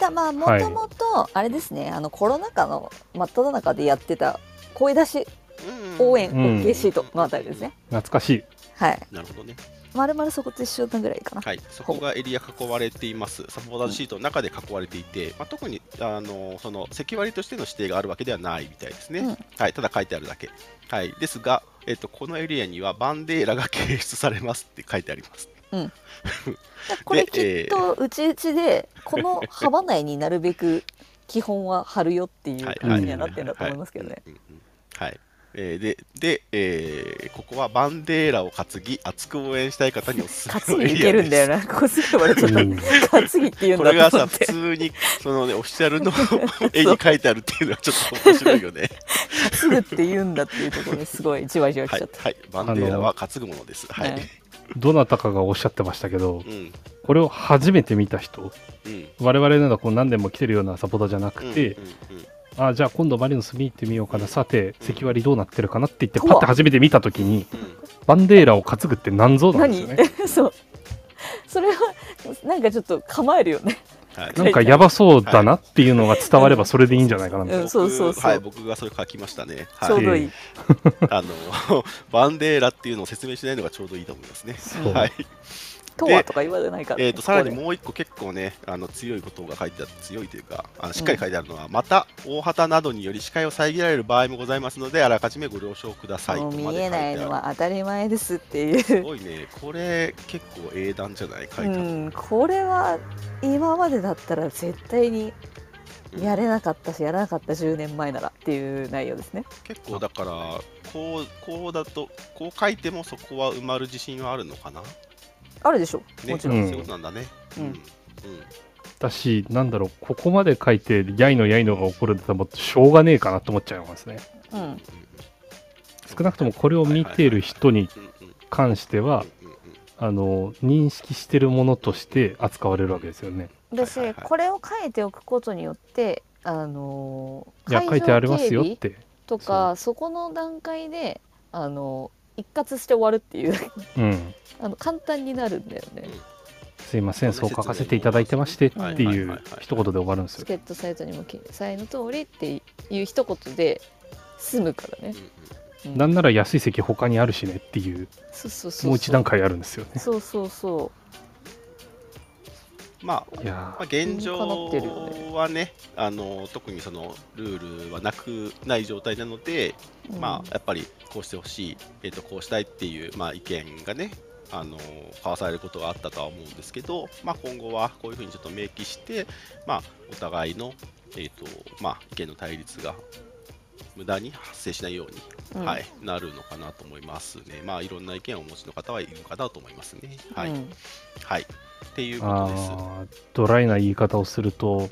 だまあも
はい
ともとあれですねあのコロナ禍の真っ只中でやってた声出し応援
うん
OK シートのあたりですね、
懐かしい。
はい
なるほどね
まるまるそこと一緒なぐらいかな、
はいそこがエリア囲われていますサポーターズシートの中で囲われていて、まあ、特にあのその席割りとしての指定があるわけではないみたいですね、
うん
はいただ書いてあるだけはいですがえっと、このエリアにはバンデーラが掲出されますって書いてあります。
だからこれきっとうちうちでこの幅内になるべく基本は貼るよっていう感じにはなってるんだと思いますけどね。
うんうんはい。えー、で、で、えー、ここはバンデーラを担ぎ、熱く応援したい方におすす
担
めのエ
ぎい
リ
け
ア
るんだ
で
よな。こうすぐ言われちゃっ
うん
た。担ぎって
す。
いうん
これ
だ
が
と思
さ、 普
って。
通に、そのね、オフィシャ ルの絵に書いてあるっていうのはちょっと面白いよね。
担ぐって言うんだっていうところにすごいじわじわき
はい
ちゃっ、た。
はい、バンデーラは担ぐものです。はい、
ね
どなたかがおっしゃってましたけど
う、ん、
これを初めて見た人、
うん、
我々のようなこう何年も来てるようなサポーターじゃな
うん、
く
うん
て、、あじゃあ今度マリノス見に行ってみようかな、さて、席割りどうなってるかなって言って、
うわ
パッて初めて見たときに、
うん
バンデーラを担ぐって何ぞなんですよ
何
ね。
そう。それはなんかちょっと構えるよね。
はい。
なんかやばそうだなっていうのが伝わればそれでいいんじゃないかなみたいな。
うんそうそうそう
僕はい、僕がそれ書きましたね。
ちょ
は
う
い、
どいい。
あの、バンデーラっていうのを説明しないのがちょうどいいと思いますね。
そう
はい。
とはとか言われないからね、
えー、とさらに
ここ
もう一個結構ねあの強いことが書いてある強いというかあのしっかり書いてあるのは、また大旗などにより視界を遮られる場合もございますのであらかじめご了承ください
でも
と
う
ま
見
で書
え
いて
ない
ある
のは当たり前ですってい
す
う、
ごいねこれ結構英断じゃない書いてあ
う
る、
ん、これは今までだったら絶対にやれなかったしやらなかった10年前ならっていう内容ですね。
結構だからこうこうだとこう書いてもそこは埋まる自信はあるのかな、
あるでしょ
ね、
もち
そ
ろ。
うん
ん
いうことなんだね
うん
うん
だし、なんだろう、ここまで書いて、やいのやいのが起こるんだったら、もうしょうがねえかなと思っちゃいますね。
うん
少なくともこれを見てる人に
うんうん
関しては、
うんうん
あの、認識してるものとして扱われるわけですよね。
はい
だ
はい
し
はい
これを書いておくことによってあの
いや、書いてありますよっ
会場警備
て。
とかそこの段階であの一括して終わるっていう
うん。
あの簡単になるんだよね。
すいません、そう書かせていただいてましてって
はい
はい
い
はいは
う
い
一言で終わるんです
チ
よ。
ケットサイトにも記載の通りっていう一言で済むから
う
ね
ん。うん
うん
なんなら安い席他にあるしねっていう、
そうそうそうそう
もう一段階あるんですよね。
そうそうそ
まあ
いや
まあ、現状
理にかなってる
はねあの特にそのルールはなくない状態なので、
う。うん
まあ、やっぱりこうしてほしい、えっとこうしたいっていう、まあ、意見がねあの交わされることがあったとは思うんですけど、まあ、今後はこういうふうにちょっと明記して、まあ、お互いの、えっとまあ、意見の対立が無駄に発生しないように、
うん
はい、なるのかなと思いますね、まあ、いろんな意見をお持ちの方はいるのかなと思いますね。はい
うん
はい、っていうことです。
あードライな言い方をすると、
うん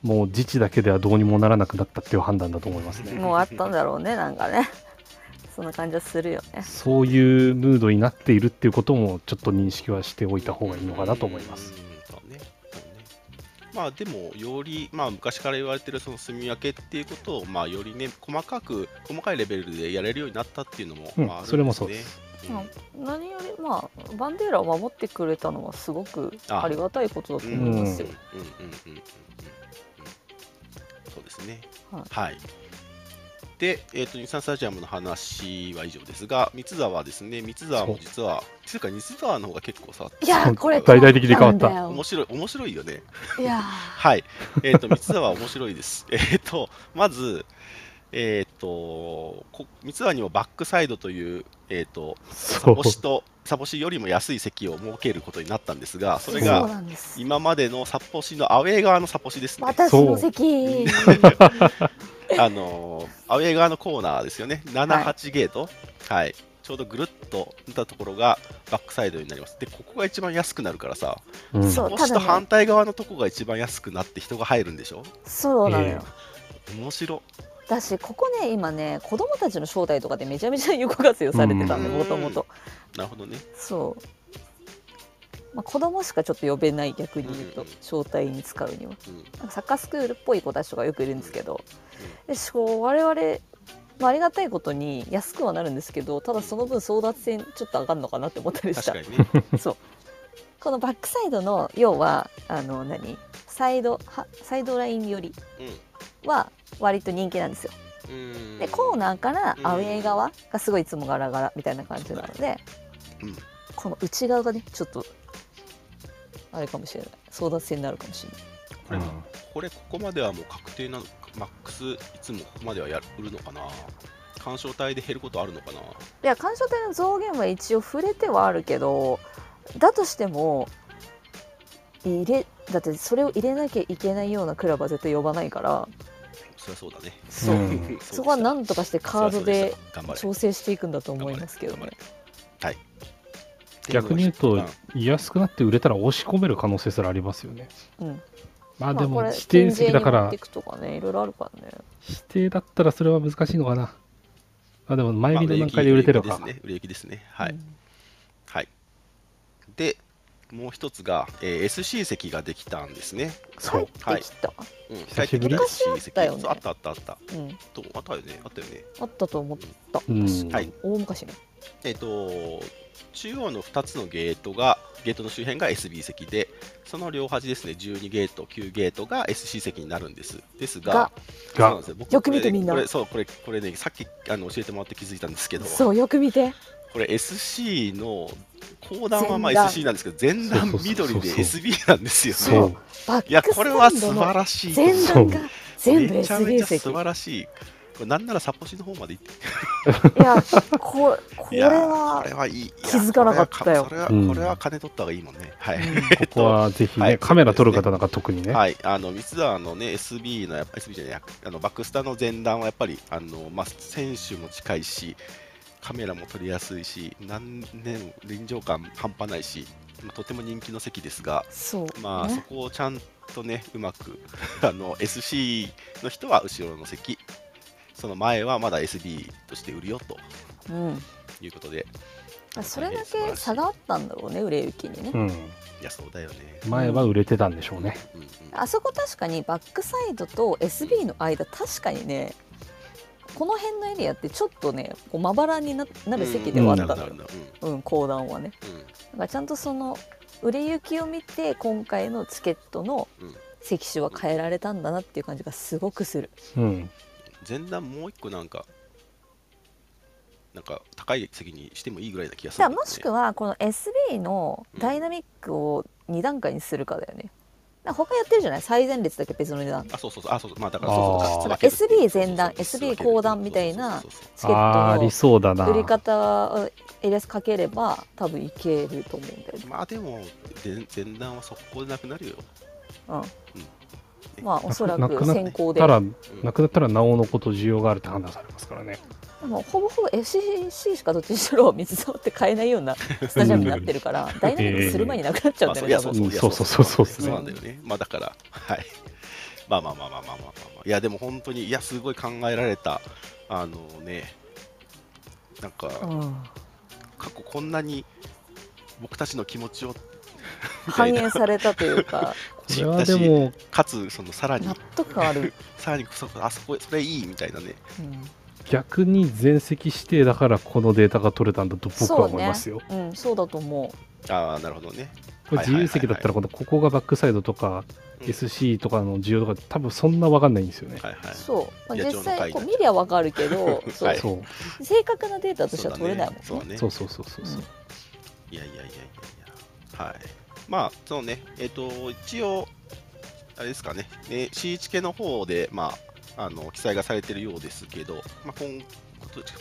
もう自治だけではどうにもならなくなったっていう判断だと思いますね。
もうあったんだろうねなんかね そんな感じはするよね
そういうムードになっているっていうこともちょっと認識はしておいた方がいいのかなと思います。
うん。そうねそうねまあでもより、まあ、昔から言われてるその住み分けっていうことを、まあ、よりね細かく細かいレベルでやれるようになったっていうのも、
うん
まあ、あるん
それもそうです
ね。うん
何よりまあバンデーラを守ってくれたのはすごく
あ
ありがたいことだと
うん
思いますよ、
うんうんうんうんうんうんそうですね。
はい
はい。で、えっ、と、日産スタジアムの話は以上ですが、三ツ沢はですね、三ツ沢も実は、つうか、三ツ沢の方が結構さ、
いやーこれ
大々的に変わった
困んだ
面
よ
白い、面白いよね。
いや
はい。えっ、と、三ツ沢は面白いです。 えっ、と、まず、えっ、と、こ三ツ沢にもバックサイドという、えっ、と、サ
そう
ボシ と、サボシよりも安い席を設けることになったんですが、
ー
それ
そう
が
なんです
今までのサポシのアウェー側のサポシですね。
私の席
あのーアウェー側のコーナーですよね、7、8ゲート、はい、ちょうどぐるっと出たところがバックサイドになります。で、ここが一番安くなるからさ、
うん
そ
サ
う
ポシと
ただね
反対側のとこが一番安くなって人が入るんでしょ
そうなのよ、
面白
だしここね今ね子供たちの招待とかでめちゃめちゃ横活用されてたんで
うん
もともと
なるほどね。
そう、まあ、子供しかちょっと呼べない逆に言う
う
と
んうん
招待に使うには
うん
なんかサッカースクールっぽい子たちとかよくいるんですけど、でしこう我々、まあ、ありがたいことに安くはなるんですけどただその分争奪戦ちょっと上がるのかなって思ったりし
確
た
かにね。
このバックサイドの要はあの何サイドはサイドライン寄りは割と人気なんですよ
うん、
でコー
ー
ナーから
うん
アウェー側がすごいいつもガラガラみたいな感じなので、
そうだねうん
この内側がねちょっとあれかもしれない争奪戦になるかもしれない
これ,、これここまではもう確定なのマックス、いつもここまではやる売るのかな干渉帯で減ることあるのかない
や鑑賞体の増減は一応触れてはあるけどだとしても入れだってそれを入れなきゃいけないようなクラブは絶対呼ばないから
そりゃそうだね。
そう、
うん
そこは
なん
何とかしてカードで
頑張れ
調整していくんだと思いますけどね。
逆に言うと、安くなって売れたら押し込める可能性すらありますよね。
うん、
まあ
ま
で
あこ
も
れ
指定席だか
近
ら
隣に持ってい、くとかねいろいろあるからね。
指定だったらそれは難しいのかな。あでも前売りの段階で売れてるのか
まあ。売れ行き売れ行きですね。はい。
うん
はい、で、もう一つが、えー SC 席ができたんですね。
そう
は
入
い
ってきた、
うん、
久しぶり
帰ってきた SC 席
昔あったよね
そうあったあったあった。
うん、
とあったよね。あったよね。
あったと思った。
うん
はい
大昔ね。
えっ、と、中央の2つのゲートが、ゲートの周辺が SB 席で、その両端ですね、12ゲート、9ゲートが SC 席になるんです。ですが
が、
そうなん
が
ですよ僕
よく見
これ
て
ね
みんな
これそう、これ、これね、さっきあの教えてもらって気づいたんですけど、
そうよく見て。
これ SC の後段はまあ
前段
SC なんですけど前段
そうそうそうそう
緑で SB なんですよね。
そう
バッ
いや
クス
これは
タ
素
ンド
晴
の
らしいと思う。
前段が全部
めちゃめ
SB
ちゃ
席
素晴らしい。これなんならサポシの方まで行って
いやここ
い
れ
や
は
これはいいいや
気づかなかったよ
これは
う
これ
ん
はこれは金取った方がいいもんね。はい。
ここはぜひね、
はい
カメラ撮る方なんか特にね、
はい、あの三ツ沢のね、SB のやっぱ SB じゃないあのバックスターの前段はやっぱりあの、まあ、選手も近いし、カメラも撮りやすいし、何年も臨場感半端ないし、とても人気の席ですが、
そう、
まあ、そ
ね、
こをちゃんとね、うまく あの SC の人は後ろの席、その前はまだ SB として売るよと
うん
いうことで、
まあそれだけ差があったんだろうね売れ行きにね、
うん、
いや、そうだよね。
前は売れてたんでしょうね、
うんうん
あそこ確かにバックサイドと SB の間確かにねこの辺のエリアってちょっとねこうまばらにななる席ではあったの
うん
よ
なるなるな
うん講談はね
るうんうん
だからちゃんとその売れ行きを見て今回のチケットの
うん
席種は変えられたんだなっていう感じがすごくする
うん、
前段もう一個なんかなんか高い席にしてもいいぐらいな気がす
じ
る
ゃあ
んだ
も
よね、
しくはこの SB のダイナミックを2段階にするかだよねだから他やってるじゃない最前列だけ別の値段
あそうそうそうあそうそうまあだから
あー
そうそう
だ
から SB
そうそうそう
前段
そうそう
SB 後段みたいな
そうそうそう
チケ
あーあり
ッ
そうだ
ト
な
の売り方をエリアスかければ多分いけると思うんだよね
そうまあでも前前段は速攻でなくなるよ、
うん、まあおそら
なく
く
なっ
先行で
たら
うん
なくなったらなおのこと需要があるって判断されますからね
でもほぼほぼ FCC しかどっちにしろ水沢って買えない ようなスタジアムになってるからダイナミックする前になくなっちゃう
ま
ん
あ
だ
そ
よ
うい
ね
や
分
そう
多分
そ
そ
う
うそうそうそう
そうなんだよねまあだからはいまあまあまあまあまあまあまあ、まあ、いやでも本当にいやすごい考えられたあのねなんか、
うん
過去こんなに僕たちの気持 ちをみた
反
いな
映されたという か
これはでも
かつそのさらに
納得感ある、
さらにそこあそこそれいいみたいなね
逆に全席指定だからこのデータが取れたんだと僕は
そう
思い
ね
ますよ、
うん、うん、そうだと思
ああなるほどね
これ自由席だったら今度ここがバックサイドとか
うん
SC とかの需要とか多分そんな分かんないんですよね、
はいは
う
い
そう、まあ、
野鳥の
実
会
際
になっちゃ
こ
う
う見りゃわかる けどそう
はい
そ
正確なデータとしては
そうだね
取れないもんね
そうだね
うそうそうそうそうそう、
いやいやいやいやいやはいまあそうねえっ、と一応あれですかねね C チケの方でまああの記載がされてるようですけど、まあ、今今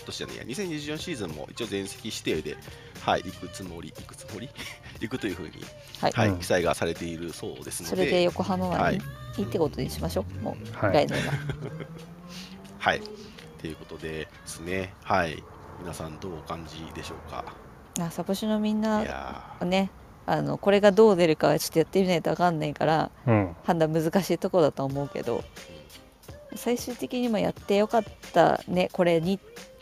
年じゃねえや2024シーズンも一応全席指定ではい行くつもり行くつもり 行くというふうに、
はい、
はい
うん
記載がされているそうですの
そ
で
れで横浜は
はい
い
い、
いいってことにしましょうもう、
はい
来年は
はいということでですねはい皆さんどうお感じでしょうか
あサポシのみん
い
な
やー
ねあのこれがどう出るかはちょっとやってみないとわかんないから
うん、
判断難しいとこだと思うけど最終的にもやってよかったねこれに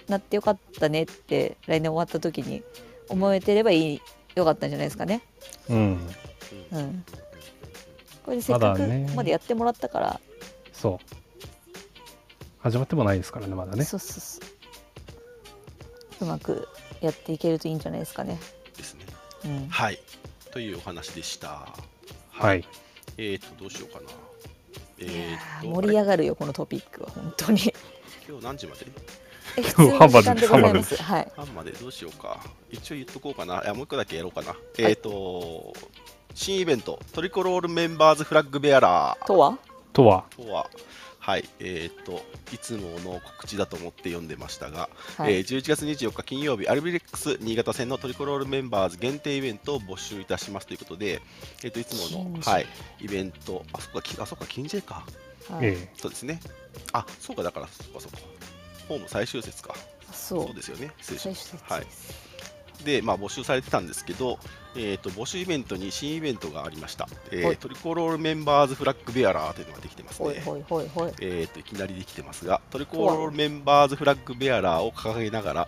なってよかったねって来年終わった時に思えてればいいよかったんじゃないですかね。
うん、
う
うんん、これでせっか
まだ
く
ね
までやってもらったから、
そう始まってもないですからねまだね
そうそうそううまくやっていけるといいんじゃないですかね。
ですね
うん、
はい。というお話でした。
はい。
えっ、と、どうしようかな。え
いや
ー
ー
と、
盛り上がるよこのトピックは本当 に。
あれ今日何時まで
え普
今日ハンバーグ
通の時間でございます。はい。
半までどうしようか。一応言っとこうかな。いやもう一個だけやろうかな。えっ、と、新イベント、トリコロールメンバーズフラッグベアラー
とは
とは
とは、はい、えっ、と、いつもの告知だと思って読んでましたが、
はい、
えー11月24日金曜日、アルビレックス新潟戦のトリコロールメンバーズ限定イベントを募集いたしますということで、えー、といつもの、
禁止
はい、イベント、あそこか、きあそこか、金 J か、
はい
え
そうですね、あそうか、だから、そうか、そうか、ホーム最終節か、
そ
そう
う。
ですよね、失礼しま
最終
し
節
たはい
で、す
で、まあ、募集されてたんですけど、えー、と募集イベントに新イベントがありました、えー
はい
トリコロールメンバーズフラッグベアラーというのができてます
ほい
ね。
ほいほいほい。
えー、といきなりできてますが、トリコロールメンバーズフラッグベアラーを掲げながら、ん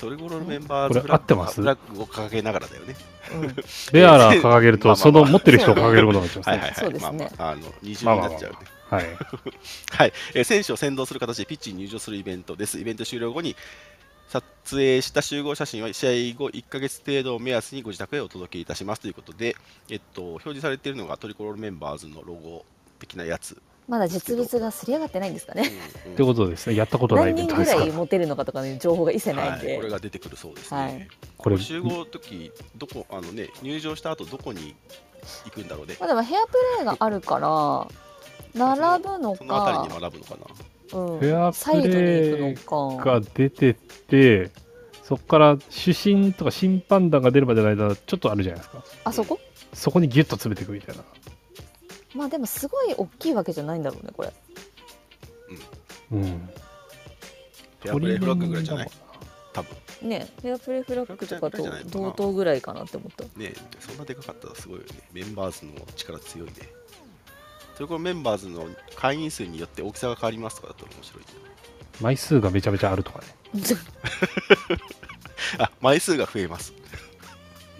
トリコロールメンバーズ
こ
フラ
れ合っ
ッ
て
グ
ます
フラッグを掲げながらだよね。
うん
えレアラー掲げる
まあまあま
と
あ
その持ってる人を掲げることになっちゃいますね
はいはいは
そう
い。
です
まあ
ね
まあ、あの二重
まあ
に
まあ
な
まあ
っちゃうね。
はい
はい、えー選手を先導する形でピッチに入場するイベントです。イベント終了後に撮影した集合写真は試合後1ヶ月程度を目安にご自宅へお届けいたしますということで、えっと、表示されているのがトリコロールメンバーズのロゴ的なやつ
まだ実物がすり上がってないんですか
う
ね。
んうん
ってことですね。やったことない
何
イベン
人
ト
ぐ
です
ら
か
い
ら。
持てるのかとかの情報が一切ないん
はい、
で
これ。が出てくるそうです
は
ね
い。
これ、
集合の時どこあのね入場した後どこに行くんだろうね。
まあでもヘアプレイがあるから並ぶの
その辺り
か
に、学ぶのかな。
うん
ヘア
サイ
プ
ドに
レイ
行くのか。
が出てって、そこから主審とか審判団が出るまでの間、ちょっとあるじゃないですか。
あそこ？
そこにギュッと詰めていくみたいな。
まあでもすごい大きいわけじゃないんだろうねこれ。
うん。
フェアプレイフラッグぐらいじゃない
鳥？
多分
ねヘアプレイフラッグとかと同等ぐらいかなって思った。
ねそんなでかかったらすごいよね。メンバーズの力強いね。それこそメンバーズの会員数によって大きさが変わりますとかだと面白い。
枚数がめちゃめちゃあるとかね。
あ枚数が増えます。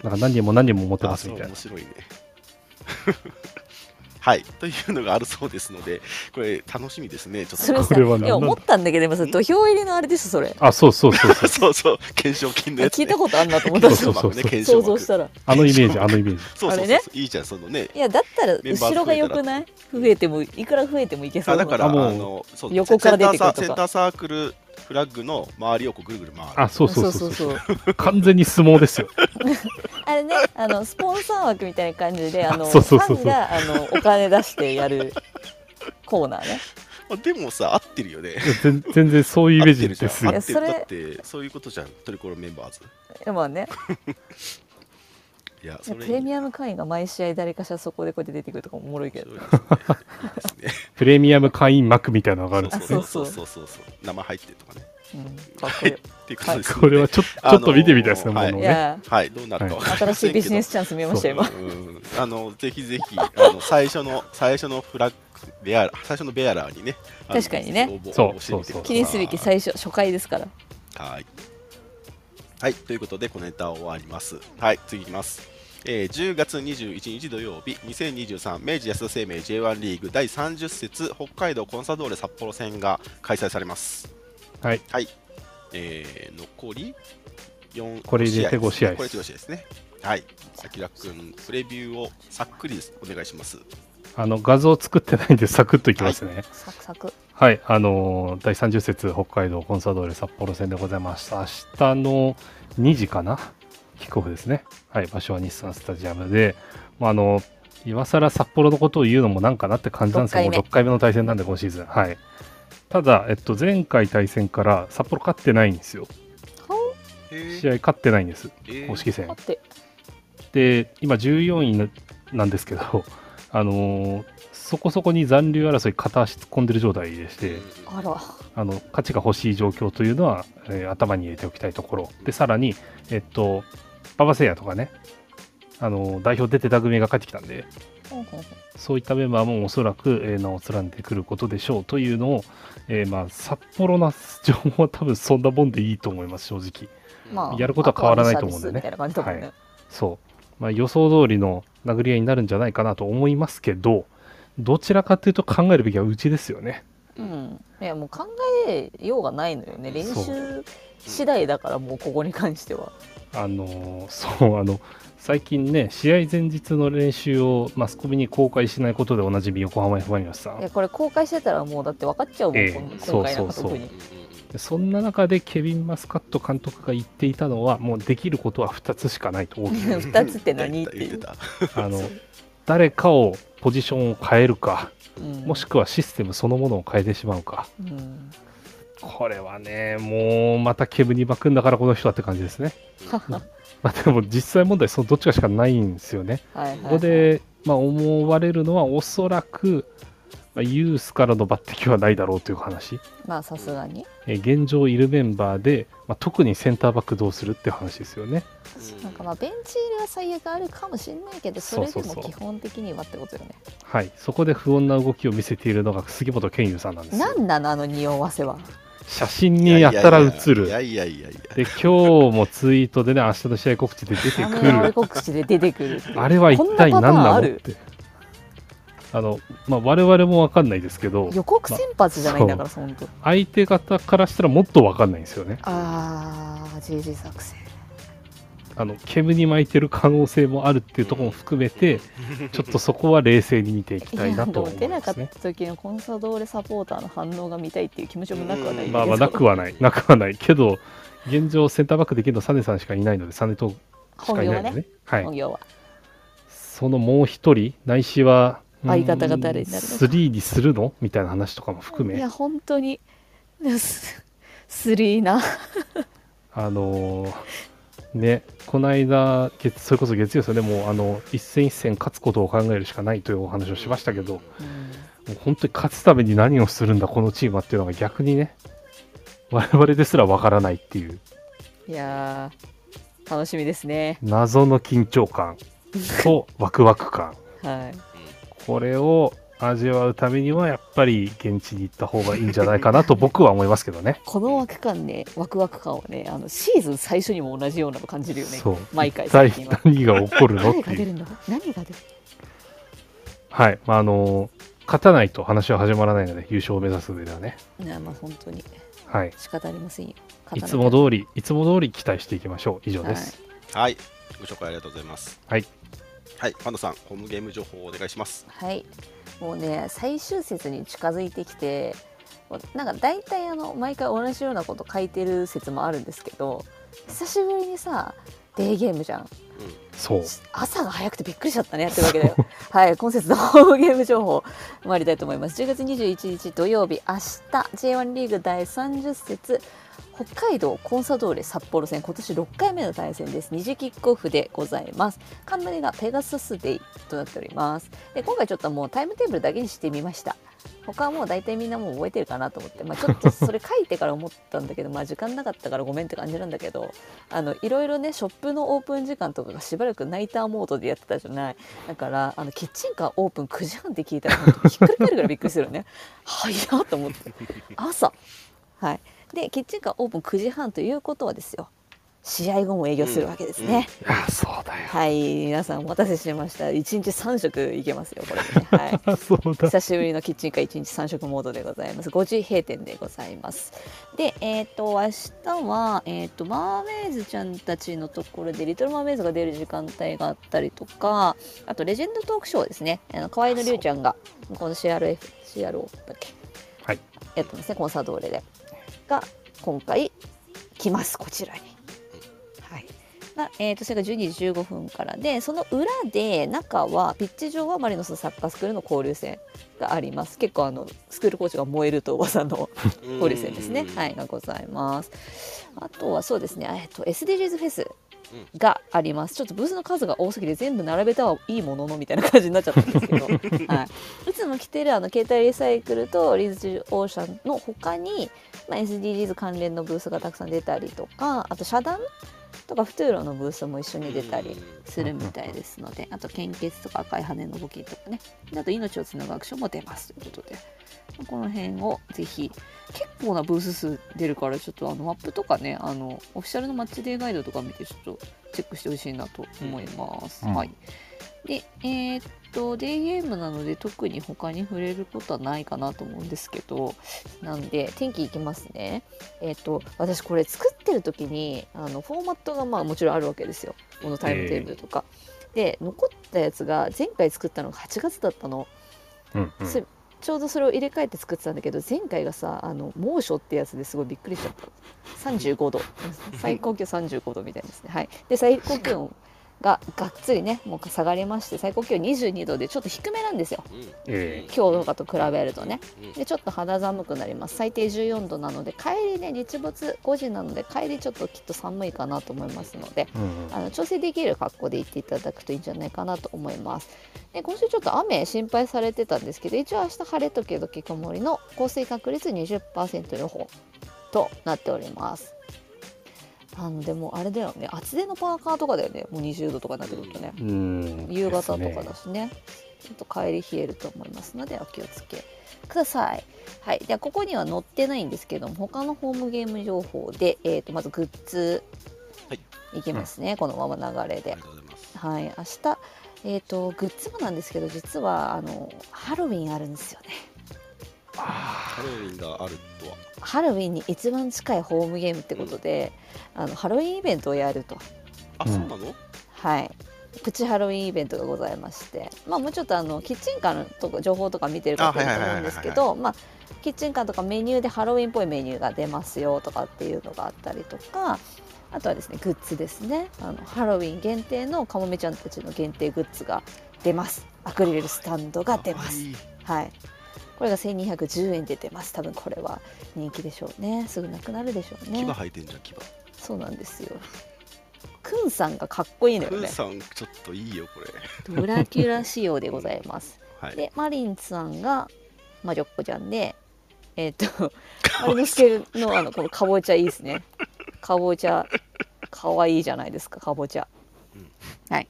なんか何人も何人も持って
あ
ます
そう
みたいな
面。白いね。 はいというのがあるそうですのでこれ楽しみですねちょっと
そ れ
こ
さ
れはい何
や思ったんだけど今さ土俵入りのあれでしょそれ。
あ、そうそうそう そう。
そうそう、懸賞金のやつ、
聞
ね。
いたことあんなと思っ
そ
た
うそうそう
懸賞枠ね、懸賞
想
枠。
像し
そう
たら。
あのイメージ、あのイメージ。
そう
あ
そう
れね
いいじゃん、そのね。
いやだったら
メンバー
後ろが良くない増えてもいくら増えてもいけそ
あ
う
だから、あ
あもう
の、そう
横から出てくるとか
センターサーセンターサークルフラッグの周りをこうぐるぐる回
あ、
る。
そうそうそうそう。完全に相撲ですよ。
あれねあのスポンサー枠みたいな感じであの
あ
フ
そうそうそう
ァ
そ
ン
う
があのお金出してやるコーナー ね
あでもさ、合ってるよね。
全全然そういうイメージ
合って
で
る
す
じゃん。
よ
合
や。
って
そ
る。
れ
だって、そういうことじゃん、トリコロメンバーズ。
でもね
いや、それいい
プレミアム会員が毎試合誰かしらそこでこうやって出てくるとかおもろいけど
面白いですねいいですね
プレミアム会員幕みたいなのがあるんですよ。
そうそ
そうう
そ
そう
そうそう。生入ってとかね。
うんかっこいいよ
っていうことですので
これはちょっと
あ
ちょ
の
っと見てみたいですね、
はい
も
いう
ね。
や
はい、どうなるかわかりま
新し
せ
い
んけ
ビ
ど
ジネスチャンス見えましたよ今
うんあのぜひぜひあの最初の最初のフラッグベアラ最初のベアラーにねあの
確かにね
応募
そう
応募してみてください
そう
記念すべき最初初回ですから
はいはいということでこのネタは終わりますはい次いきますえー10月21日土曜日2023明治安田生命 J1 リーグ第30節北海道コンサドーレ札幌戦が開催されます
はい、
はいえー残り4
これ入れて
5
5
試
試
合
合
で
です
すねこれ5試合ですねはいさきらくんプレビューをさっくりお願いします
あの画像作ってないんでサクッといきますね。
サクサク
はい、あのー第30節北海道コンサドーレ札幌戦でございました。明日の2時かな、キックオフですね。はい、場所は日産スタジアムで、まあ、あの今更札幌のことを言うのもなんかなって感じなんですけど、
6
もう
回目
6回目の対戦なんで、今シーズン。はい、ただ、えっと、前回対戦から札幌勝ってないんですよ。
ほ
試合勝ってないんです、
えー
公式戦
う。って
で今14位ななんですけど、あのーそこそこに残留争い片足突っ込んでる状態でして
あら
あの価値が欲しい状況というのは、えー頭に入れておきたいところでさらに、えっと、馬場聖也とかね、あのー代表出てた組が帰ってきたんで
ほんほんほん
そういったメンバーもおそらく、えー名を連ねてくることでしょうというのを、えーまあ、札幌の情報は多分そんなもんでいいと思います正直。
まあ
やることは変わらないと思うんだよね
あとはリサーチするみたいな感じだもんね
はそう、まあ、予想通りの殴り合いになるんじゃないかなと思いますけど、どちらかというと考えるべきはうちですよね。
うん、いやもう考えようがないのよね練
そ
習次第だからもうここに関しては
あのーそうあの最近ね、試合前日の練習をマスコミに公開しないことでおなじみ横浜 F ・マリノスさ
いや
ん。
これ公開してたらもうだって分かっちゃうもん、
ええ
この
そ
今
う
回なんか
そうそう
特に
そんな中でケビン・マスカット監督が言っていたのは、もうできることは2つしかないと大き く、
2つって何っていう、
た
あの誰かをポジションを変えるか、
うん
もしくはシステムそのものを変えてしまうか、
うん
これはね、もうまた煙に巻くんだから、この人はって感じですね。
は
まあ、でも実際問題、そのどっちかしかないんですよね。
はいはい
ここで、まあ、思われるのは、おそらく、まあ、ユースからの抜擢はないだろうという話。
まあさすがに
えー現状いるメンバーで、まあ、特にセンターバックどうするって話ですよね。
うん
なんかまあベンチ入れは最悪あるかもしれないけどそれで
そうそ
も
うそう
基本的にはってことよね
はい、そこで不穏な動きを見せているのが杉本健佑さんなんですよ
何なのあの匂わせは
写真にやたら写る
いやいやいやいや
で今日もツイートでね明日の試合告知で出て
あの
く
やわ
る
れ告知で出てくるっていう
あれは一体
こ
何
んなパターン
な
あ
のっ
る
て。あのまあ、我々も分かんないですけど
予告先発じゃないんだから本当
相手方からしたらもっと分かんないんですよね
ああ JJ 作戦
あの煙に巻いてる可能性もあるっていうところも含め て、ちょっとそこは冷静に見ていきたいなと思
出
い
な
ま
かっ
す
た
ね。
時のコンサドーレサポーターの反応が見たいっていう気持ちもなくはないですけど
まあまあなくは ない、なくはないけど、現状センターバックできるのはサネさんしかいないので、サネとし
本
かい
業
な
はい
のでね。
ね、
はい
本。業は
そのもう一人、ないしは、うん
相方が誰になるのか
スリーにするのみたいな話とかも含
い
め
や、本当に すスリーな
あのーね、この間、月それこそ月曜ですよね、もうあの一戦一戦勝つことを考えるしかないというお話をしましたけど、もう本当に勝つために何をするんだ、このチームはっていうのが逆にね、我々ですらわからないっていう、
いやー楽しみですね
謎の緊張 感とワクワク感、
はい
これを味わうためには、やっぱり現地に行った方がいいんじゃないかな と僕は思いますけどね。
この枠感ねワクワク感はねあのシーズン最初にも同じようなの感じるよね
そう
毎回
一体
最近は
何が起こるのっ
誰
て
が
いう
出。るんだ何が出る
はい、まあ、あの勝たないと話は始まらないので優勝を目指す上ではね、
なあまあ本当に
はい、
仕方ありませんよ
いつも通りいつも通り期待していきましょう以上です、
はい、ご紹介ありがとうございます。
はい、
はい、パンダさん、ホームゲーム情報お願いします。
はい、もうね最終節に近づいてきてもうなんか大体あの毎回同じようなこと書いてる説もあるんですけど久しぶりにさデーゲームじゃん
そう
朝が早くてびっくりしちゃったねってわけだよはい今節のホームゲーム情報参りたいと思います10月21日土曜日明日 J1 リーグ第30節北海道コンサドーレ札幌戦今年6回目の対戦です二次キックオフでございます冠がペガサスデイとなっておりますで今回ちょっともうタイムテーブルだけにしてみました他はもう大体みんなもう覚えてるかなと思って、まあ、ちょっとそれ書いてから思ったんだけどまあ時間なかったからごめんって感じなんだけどあのいろいろねショップのオープン時間とかがしばらくナイターモードでやってたじゃないだからあのキッチンカーオープン9時半って聞いたらほんとひっくり返るぐらいびっくりするよね早っと思って朝はいでキッチンカーオープン9時半ということはですよ試合後も営業するわけですね、
うんうん
あそうだよ
はい皆さんお待たせしました1日3食いけますよこれで ね、はい
あ そうだ
久しぶりのキッチンカー1日3食モードでございます5時閉店でございますでえっ、と明日は、えー、とマーメイズちゃんたちのところでリトルマーメイズが出る時間帯があったりとかあとレジェンドトークショーですねあの河合のりゅうちゃんがこの CRF CRO だっけ
はい
やってますねコンサートーレでが今回来ますこちらにはいが、えー、とそれが12時15分からでその裏で中はピッチ上はマリノスのサッカースクールの交流戦があります結構あのスクールコーチが燃えるとおばさんの交流戦ですね、
うん
はい、がございますあとはそうですね、えっと、SDGs フェスがありますちょっとブースの数が多すぎて全部並べたはいいもののみたいな感じになっちゃったんですけど、はい、いつも着てるあの携帯リサイクルとリーズオーシャンの他に、まあ、SDGs 関連のブースがたくさん出たりとかあと遮断とかフトゥーロのブースも一緒に出たりするみたいですのであと献血とか赤い羽の募金とかねであと命をつなぐアクションも出ますということでこの辺をぜひ結構なブース数出るからちょっとあのマップとかねあのオフィシャルのマッチデーガイドとか見てちょっとチェックしてほしいなと思います、
うん
はいでえーっとデーゲームなので特に他に触れることはないかなと思うんですけどなんで天気いきますねえーっと私これ作ってる時にあのフォーマットがまあもちろんあるわけですよこのタイムテーブルとか、で残ったやつが前回作ったのが8月だったの
うんうん
すちょうどそれを入れ替えて作ってたんだけど前回がさあの猛暑ってやつですごいびっくりしちゃった35度 最高気温35度みたいですねはいで最高気温ががっつりねもう下がりまして最高気温22度でちょっと低めなんですよ
うんうん
え
今日とかと比べるとね
うん
でちょっと肌寒くなります最低14度なので帰りね日没5時なので帰りちょっときっと寒いかなと思いますので
うんうん
あの調整できる格好で行っていただくといいんじゃないかなと思います。で今週ちょっと雨心配されてたんですけど一応明日晴れ時々曇りの降水確率20%予報となっております。あのでもあれだよね厚手のパーカーとかだよねもう20度とかになってくるとね
うん
夕方とか
で
だ
すね
しねちょっと帰り冷えると思いますのでお気をつけくださいはいではここには載ってないんですけども他のホームゲーム情報で、えー、とまずグッズ
はい
いきますね、このまま流れ
あり
で
がとうございます。
はい明日えー、とグッズもなんですけど実はあのハロウィンあるんですよね
ハロウィンがあるとは。
ハロウィンに一番近いホームゲームってことで、あのハロウィンイベントをやると
あ、
うん
そうなの
はい、プチハロウィンイベントがございまして、まあ、もうちょっとあのキッチンカーのとこ情報とか見てる
あ
方いると
はいはい
思
は
う
いはいは
ん
い
ですけどまあキッチンカーとかメニューでハロウィンっぽいメニューが出ますよとかっていうのがあったりとかあとはですねグッズですねあのハロウィン限定のかもめちゃんたちの限定グッズが出ますアクリルスタンドが出ます。
いい
はいこれが1210円で出ます多分これは人気でしょうねすぐなくなるでしょう
牙
ね
履いてんじゃん、牙。
そうなんですよくんさんがかっこいいのよ
プー
ね
さん、ちょっといいよ、これ。
ドラキュラ仕様でござい ます。
はい。
で、マリンさんが魔女っ子ちゃんで、えっ、と、マリノスケのあのこのかぼちゃいいですね。かぼちゃ、かわいいじゃないですか、かぼちゃ
うん。
はい。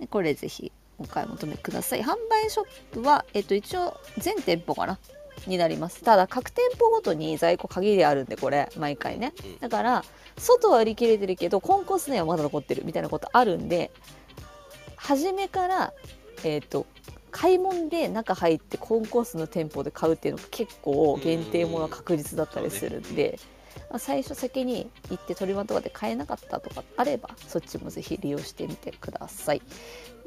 でこれぜひお買い求めください。販売ショップは、えっ、と、一応全店舗かなになります。ただ、各店舗ごとに在庫限りあるんで、これ、毎回ね。
うん
だから外は売り切れてるけどコンコース内はまだ残ってるみたいなことあるんで初めから、えー、と買い物で中入ってコンコースの店舗で買うっていうのが結構限定ものは確実だったりするんで、まあ最初先に行ってトリマンとかで買えなかったとかあればそっちもぜひ利用してみてください。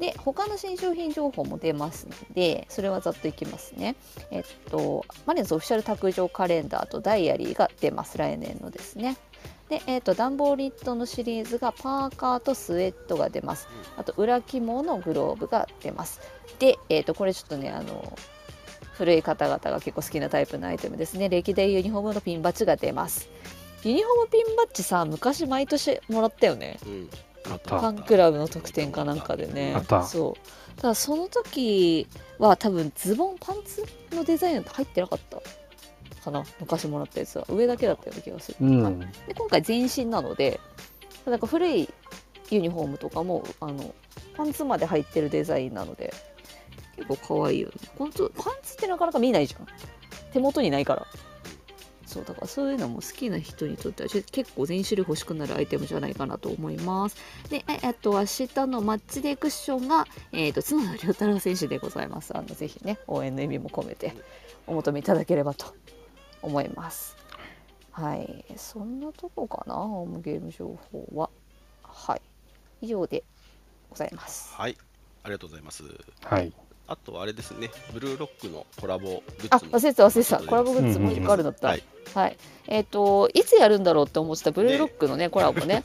で他の新商品情報も出ますのでそれはざっといきますね。えっと、マリノスオフィシャル卓上カレンダーとダイアリーが出ます来年のですね。で、えっと、ダンボーリットのシリーズがパーカーとスウェットが出ますあと裏肝のグローブが出ますで、えっと、これちょっとねあの古い方々が結構好きなタイプのアイテムですね歴代ユニフォームのピンバッジが出ますユニフォームピンバッジさ昔毎年もらったよね
うん。
あった
ファンクラブの特典かなんかでね
あった
そうただその時は多分ズボンパンツのデザイン入ってなかったかな昔もらったやつは上だけだったような気がする、
うん。
で今回全身なのでなんか古いユニフォームとかもあのパンツまで入ってるデザインなので結構可愛いよねパンツパンツってなかなか見ないじゃん手元にないからそうだからそういうのも好きな人にとってはちょ結構全種類欲しくなるアイテムじゃないかなと思いますでえあと明日のマッチデークッションが、えー、と角田良太郎選手でございますあのぜひね応援の意味も込めてお求めいただければと思いますはい、そんなとこかな、ホームゲーム情報は。はい、以上でございます。
はい。ありがとうございます。
はい。
あとはあれですね、ブルーロックのコラボグッズ
あ、
も
忘れてた、忘れてた、コラボグッ
うんう
ズ
ん
も
うん
一個あるんだった。
は
はいい、えっ、と、いつやるんだろうって思ってたブルーロックのね、コラボ ね。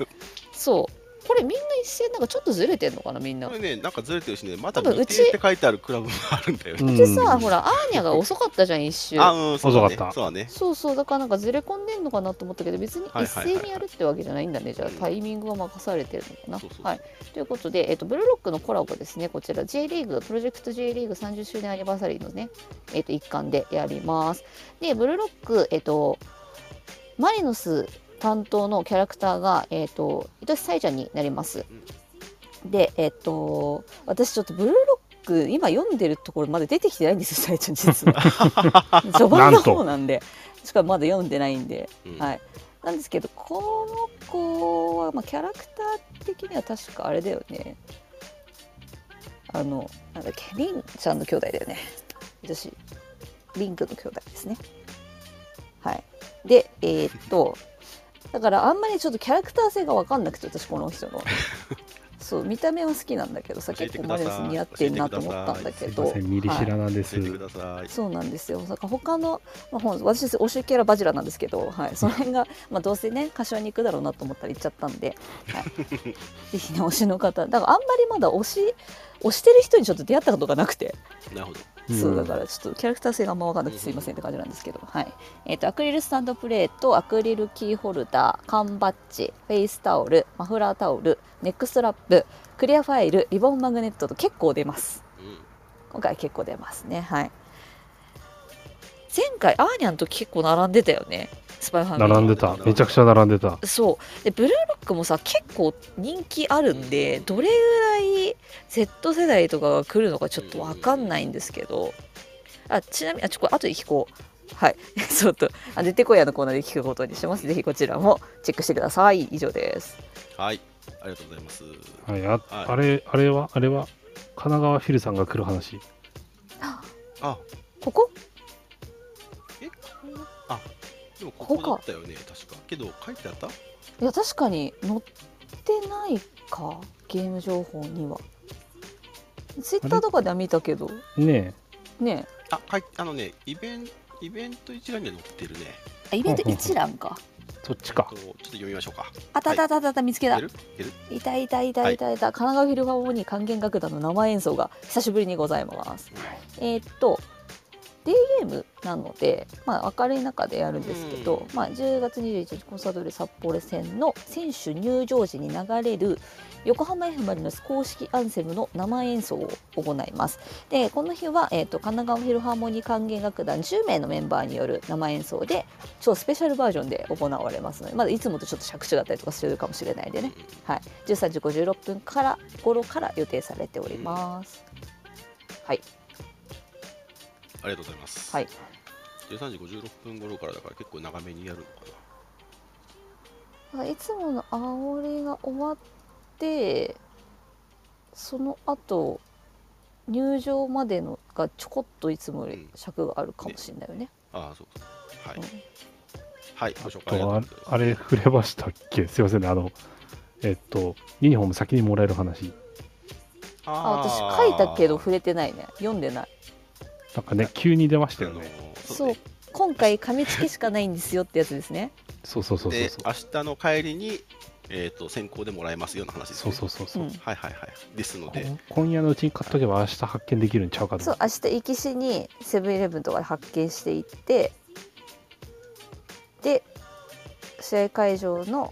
そう、これみんな一斉なんかちょっとずれてんのかな、みんな
こ。れね、なんかずれてるしね、まだ
多分
未
うち
定って書いてあるクラブもあるんだよね。
う
うちさ、ほら、アーニャが遅かったじゃん、一周。
あ、うん、そうだね
遅かった
そうだね。
そうそう、だからなんかずれ込んでんのかなと思ったけど、別に
はい
一
はいはい
斉にやるってわけじゃないんだね。じゃあ
うん
タイミングは任されてるのか
そうそうそう
な。はい。ということで、えっとブルーロックのコラボですね、こちら J リーグ、プロジェクト J リーグ30周年アニバーサリーのね、えっと一環でやります。で、ブルーロック、えっとマリノス担当のキャラクターが、えっと愛しさいちゃんになります。で、えっと私ちょっとブルーロック今読んでるところまで出てきてないんですよ、さいちゃん実は。 序盤の方なんで、しかもまだ読んでないんで。
うん
はいなんですけどこの子は、まあ、キャラクター的には確かあれだよねあのなんだっけリンちゃんの兄弟だよね私リンクの兄弟ですねはいでえーっとだからあんまりちょっとキャラクター性が分かんなくて私この人 のそう見た目は好きなんだけどさ
教えて
結構
く
マ
ださい
リノス似合ってるなと思ったんだ
す
け
い
ど
ません、ミリ
はい
知らなんです
教え。てください。
そうなんですよ。だから他の、まあ、ほん私推しキャラバジラなんですけど、 はい、その辺が、まあ、どうせね柏に行くだろうなと思ったら行っちゃったんで、はい、 ぜひね推しの方だからあんまりまだ推し推してる人にちょっと出会ったことがなくて、
なるほど。
そうだか
ん
らちょっとキャラクター性があんま分かんなくてすいませんって感じなんですけど、はいえー、とアクリルスタンドプレートアクリルキーホルダー缶バッジフェイスタオルマフラータオルネックストラップクリアファイルリボンマグネットと結構出ます。
うん
今回結構出ますねはい前回アーニャの時結構並んでたよねスパイファミリー
並んでた。めちゃくちゃ並んでた。
そうでブルーロックもさ結構人気あるんでどれぐらい Z 世代とかが来るのかちょっと分かんないんですけどあちなみにあちょこれ後で聞こうはい ちょっとあ出てこいやのコーナーで聞くことにしますぜひこちらもチェックしてください以上です
はい。ありがとうございます。
はい。ああれ、あれは、あれは、神奈川フィルさんが来る話。
あ、
ここ
え、あ、でもここだったよね、確か。けど、書いてあった
いや確かにのってないかゲーム情報にはツイッターとかでは見たけど
ね
ね
あ、はい、あのね、イベンイベント一覧には載ってるね。
あイベント
うんうんうん
一覧か
えそっちか
えっとちょっと読みましょうか。
あたたたたた見つけた
出る出る
いたいたいたいたいた、神奈川フィルハーモニー管弦楽団の生演奏が久しぶりにございますえーっとデイゲームなので、まあ、明るい中でやるんですけど、まあ、10月21日コンサドートレ札幌戦の選手入場時に流れる横浜 F ・マリノス公式アンセムの生演奏を行いますでこの日は、えーっと神奈川フィルハーモニー管弦楽団10名のメンバーによる生演奏で超スペシャルバージョンで行われますので、まだいつもとちょっと着手だったりとかするかもしれないんでねはい、13時56分から頃から予定されております。はい、
ありがとうございます。
はい。
13時56分頃からだから結構長めにやるのか
いつもの煽りが終わってその後入場までのがちょこっといつもより尺があるかもしれないよね。
な。ああ、そうか。はい。
うん
はい、ご紹介あり
あ
がとうございます。
あれ触れましたっけすいませんねあのえっとユニフォーム先にもらえる話
あ
あ
私
ー
書いたけど触れてないね読んでない
なんかね急に出ました
あ
よ
の
ね
そうね
今回紙付けしかないんですよってやつですね
そうそうそうそう
で
そ
明日の帰りに、えー、と先行でもらえますような話です、
う
ね、
そうそうそう、
うん
はいはいはいですので
こ今夜のうちに買っとけば明日発見できるんちゃうかと
そう
思
明日行きしにセブンイレブンとかで発見していってで試合会
う
場の
ん、
ま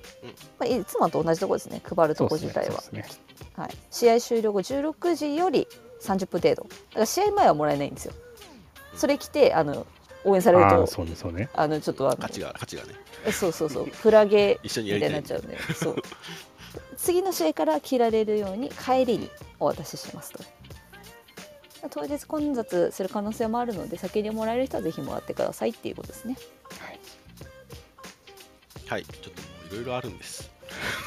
あ、いつもと同じとこですね配るとこ
そうっす
自
ね
体は、
そうっすね
はい、試合終了後16時より30分程度だから試合前はもらえないんですよそれ来てあの応援される
ああー
と
そうねそうね
あのちょっとあの
価値が価値がね
えそうそうそうフラゲ
一緒に
み
や
たい
り
に
た
ないっちゃうんでそう 次の試合から着られるように帰りにお渡ししますと当日混雑する可能性もあるので先にもらえる人はぜひもらってくださいっていうことですね
はいちょっともういろいろあるんです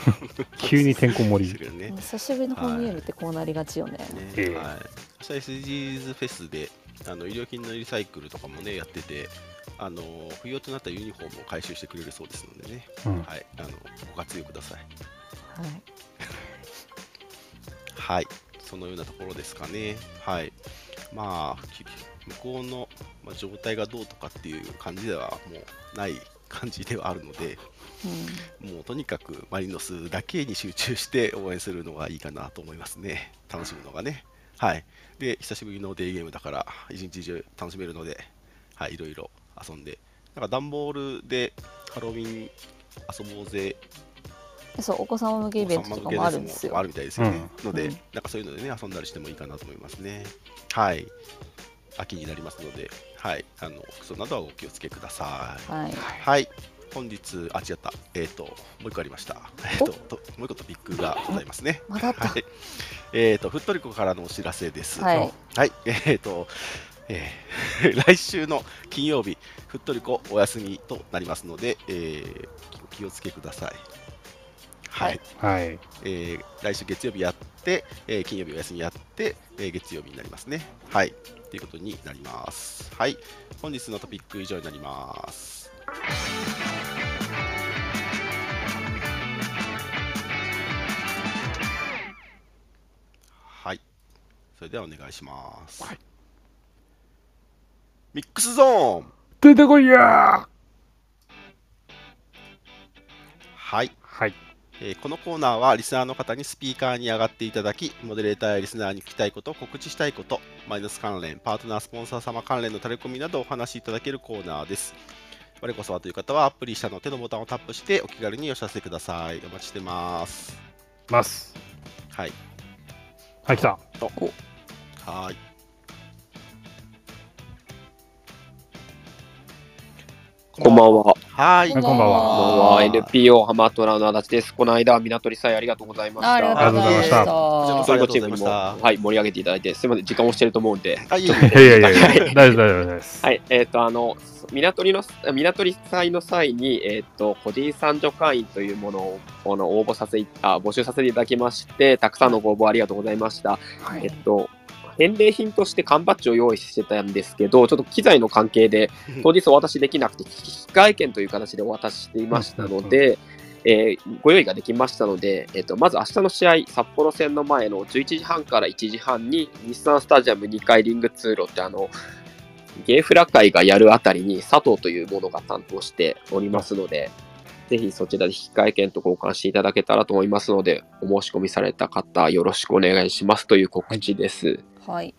急にてんこ盛
す
り
るね
うん久しぶりのホームゲームってこうなりがちよね、
ね、
ええ
はい、明日 SDGs フェスであの医療品のリサイクルとかもねやっててあの不要となったユニフォームを回収してくれるそうですのでね、
うん
はい、あのご活用ください
はい
はいそのようなところですかねはいまあき向こうのまあ状態がどうとかっていう感じではもうない感じではあるので
う
もうとにかくマリノスだけに集中して応援するのがいいかなと思いますね。楽しむのがね。はい。で、久しぶりのデーゲームだから、一日中楽しめるので、はい、いろいろ遊んで。なんか段ボールでハロウィン遊ぼうぜ、
んそうお子様向けイベントとかもあるんですよ
あるみたいですよね。ので、
うん
なんかそういうのでね、遊んだりしてもいいかなと思いますね。はい。秋になりますので、はい。あの、服装などはお気をつけください。
はい
はい。本日、あ、違った。えっ、と、もう一個ありました。えっ、とと、もう一個トピックがございますね。
まだあった
はい。えっ、と、ふっとりこからのお知らせです。
はい。
はい。 えっ、と、えー 来週の金曜日、ふっとりこお休みとなりますので、えーお気をつけください。は
はいい。
はい
えー来週月曜日やって、えー金曜日お休みやって、えー月曜日になりますね。はい。ということになります。はい。本日のトピック以上になります。はい。それではお願いします。
はい
ミックスゾーン
出てこいやー
はい。
はい
えーこのコーナーはリスナーの方にスピーカーに上がっていただき、モデレーターやリスナーに聞きたいこと、告知したいこと、マイナス関連、パートナー、スポンサー様関連のタレコミなどをお話しいただけるコーナーです。我こそはという方はアプリ下の手のボタンをタップしてお気軽にお知らせください。お待ちしてます。
ます
はい。
はい来た
はーい。
こんばんは。
はーい
こん。ばん
こん
は
ばんは。NPO ハマトラの足立です。この間、港りさえありがとうございました。
ありがとうございまし
ありが
た
と
うございました
それもチームに
あり
も、
がとうございました
はい、盛り上げていただいて、すみません、時間押してると思うんで。
あ、いえいえ
いやいやいやいや 大丈夫大丈夫大丈夫です
はい、えっ、と、あの、港りの、港り祭の際に、えっ、と、個人参助会員というものを、あの、応募させ、あ、募集させていただきまして、たくさんのご応募ありがとうございました。
は
えっと、返礼品として缶バッジを用意してたんですけど、ちょっと機材の関係で
うん、
当日お渡しできなくて、引き換え券という形でお渡ししていましたので、えーご用意ができましたので、えっとまず明日の試合、札幌戦の前の11時半から1時半に、日産スタジアム2階リング通路ってあの、ゲーフラ会がやるあたりに佐藤というものが担当しておりますので、ぜひそちらで引換券と交換していただけたらと思いますので、お申し込みされた方、よろしくお願いしますという告知です。
はい。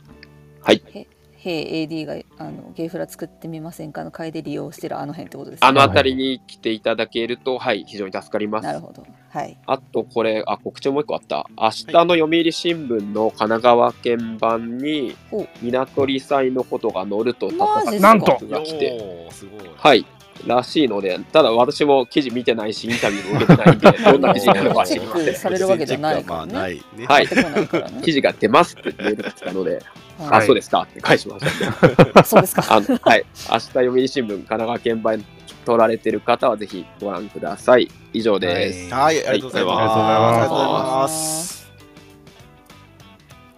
はい
へ。へい AD があのゲイフラ作ってみませんかの会で利用してるあの辺ってことですね
あの辺りに来ていただけると、はい、非常に助かります。
なるほど。はい。
あとこれ、あ、告知もう一個あった。明日の読売新聞の神奈川県版に
ほう、
港理祭のことが載ると高
マジっ
崎
すか
な
さ
んと
が来て、
おーすごい。
はい、らしいので、ただ私も記事見てないし、インタビューも受けてないんで、 どんな記事になるかは知りません。
されるわけじゃないからね
まあないね。
はい
出てこない からね。
記事が出ますってメールが来たので、
は
あ、
い
そうですかって返しました。
あそうですか。
あのはい、明日読売新聞神奈川県版取られてる方はぜひご覧ください。以上です。
は。
はいい、ありがとうございます。。
ありがとうござい
ます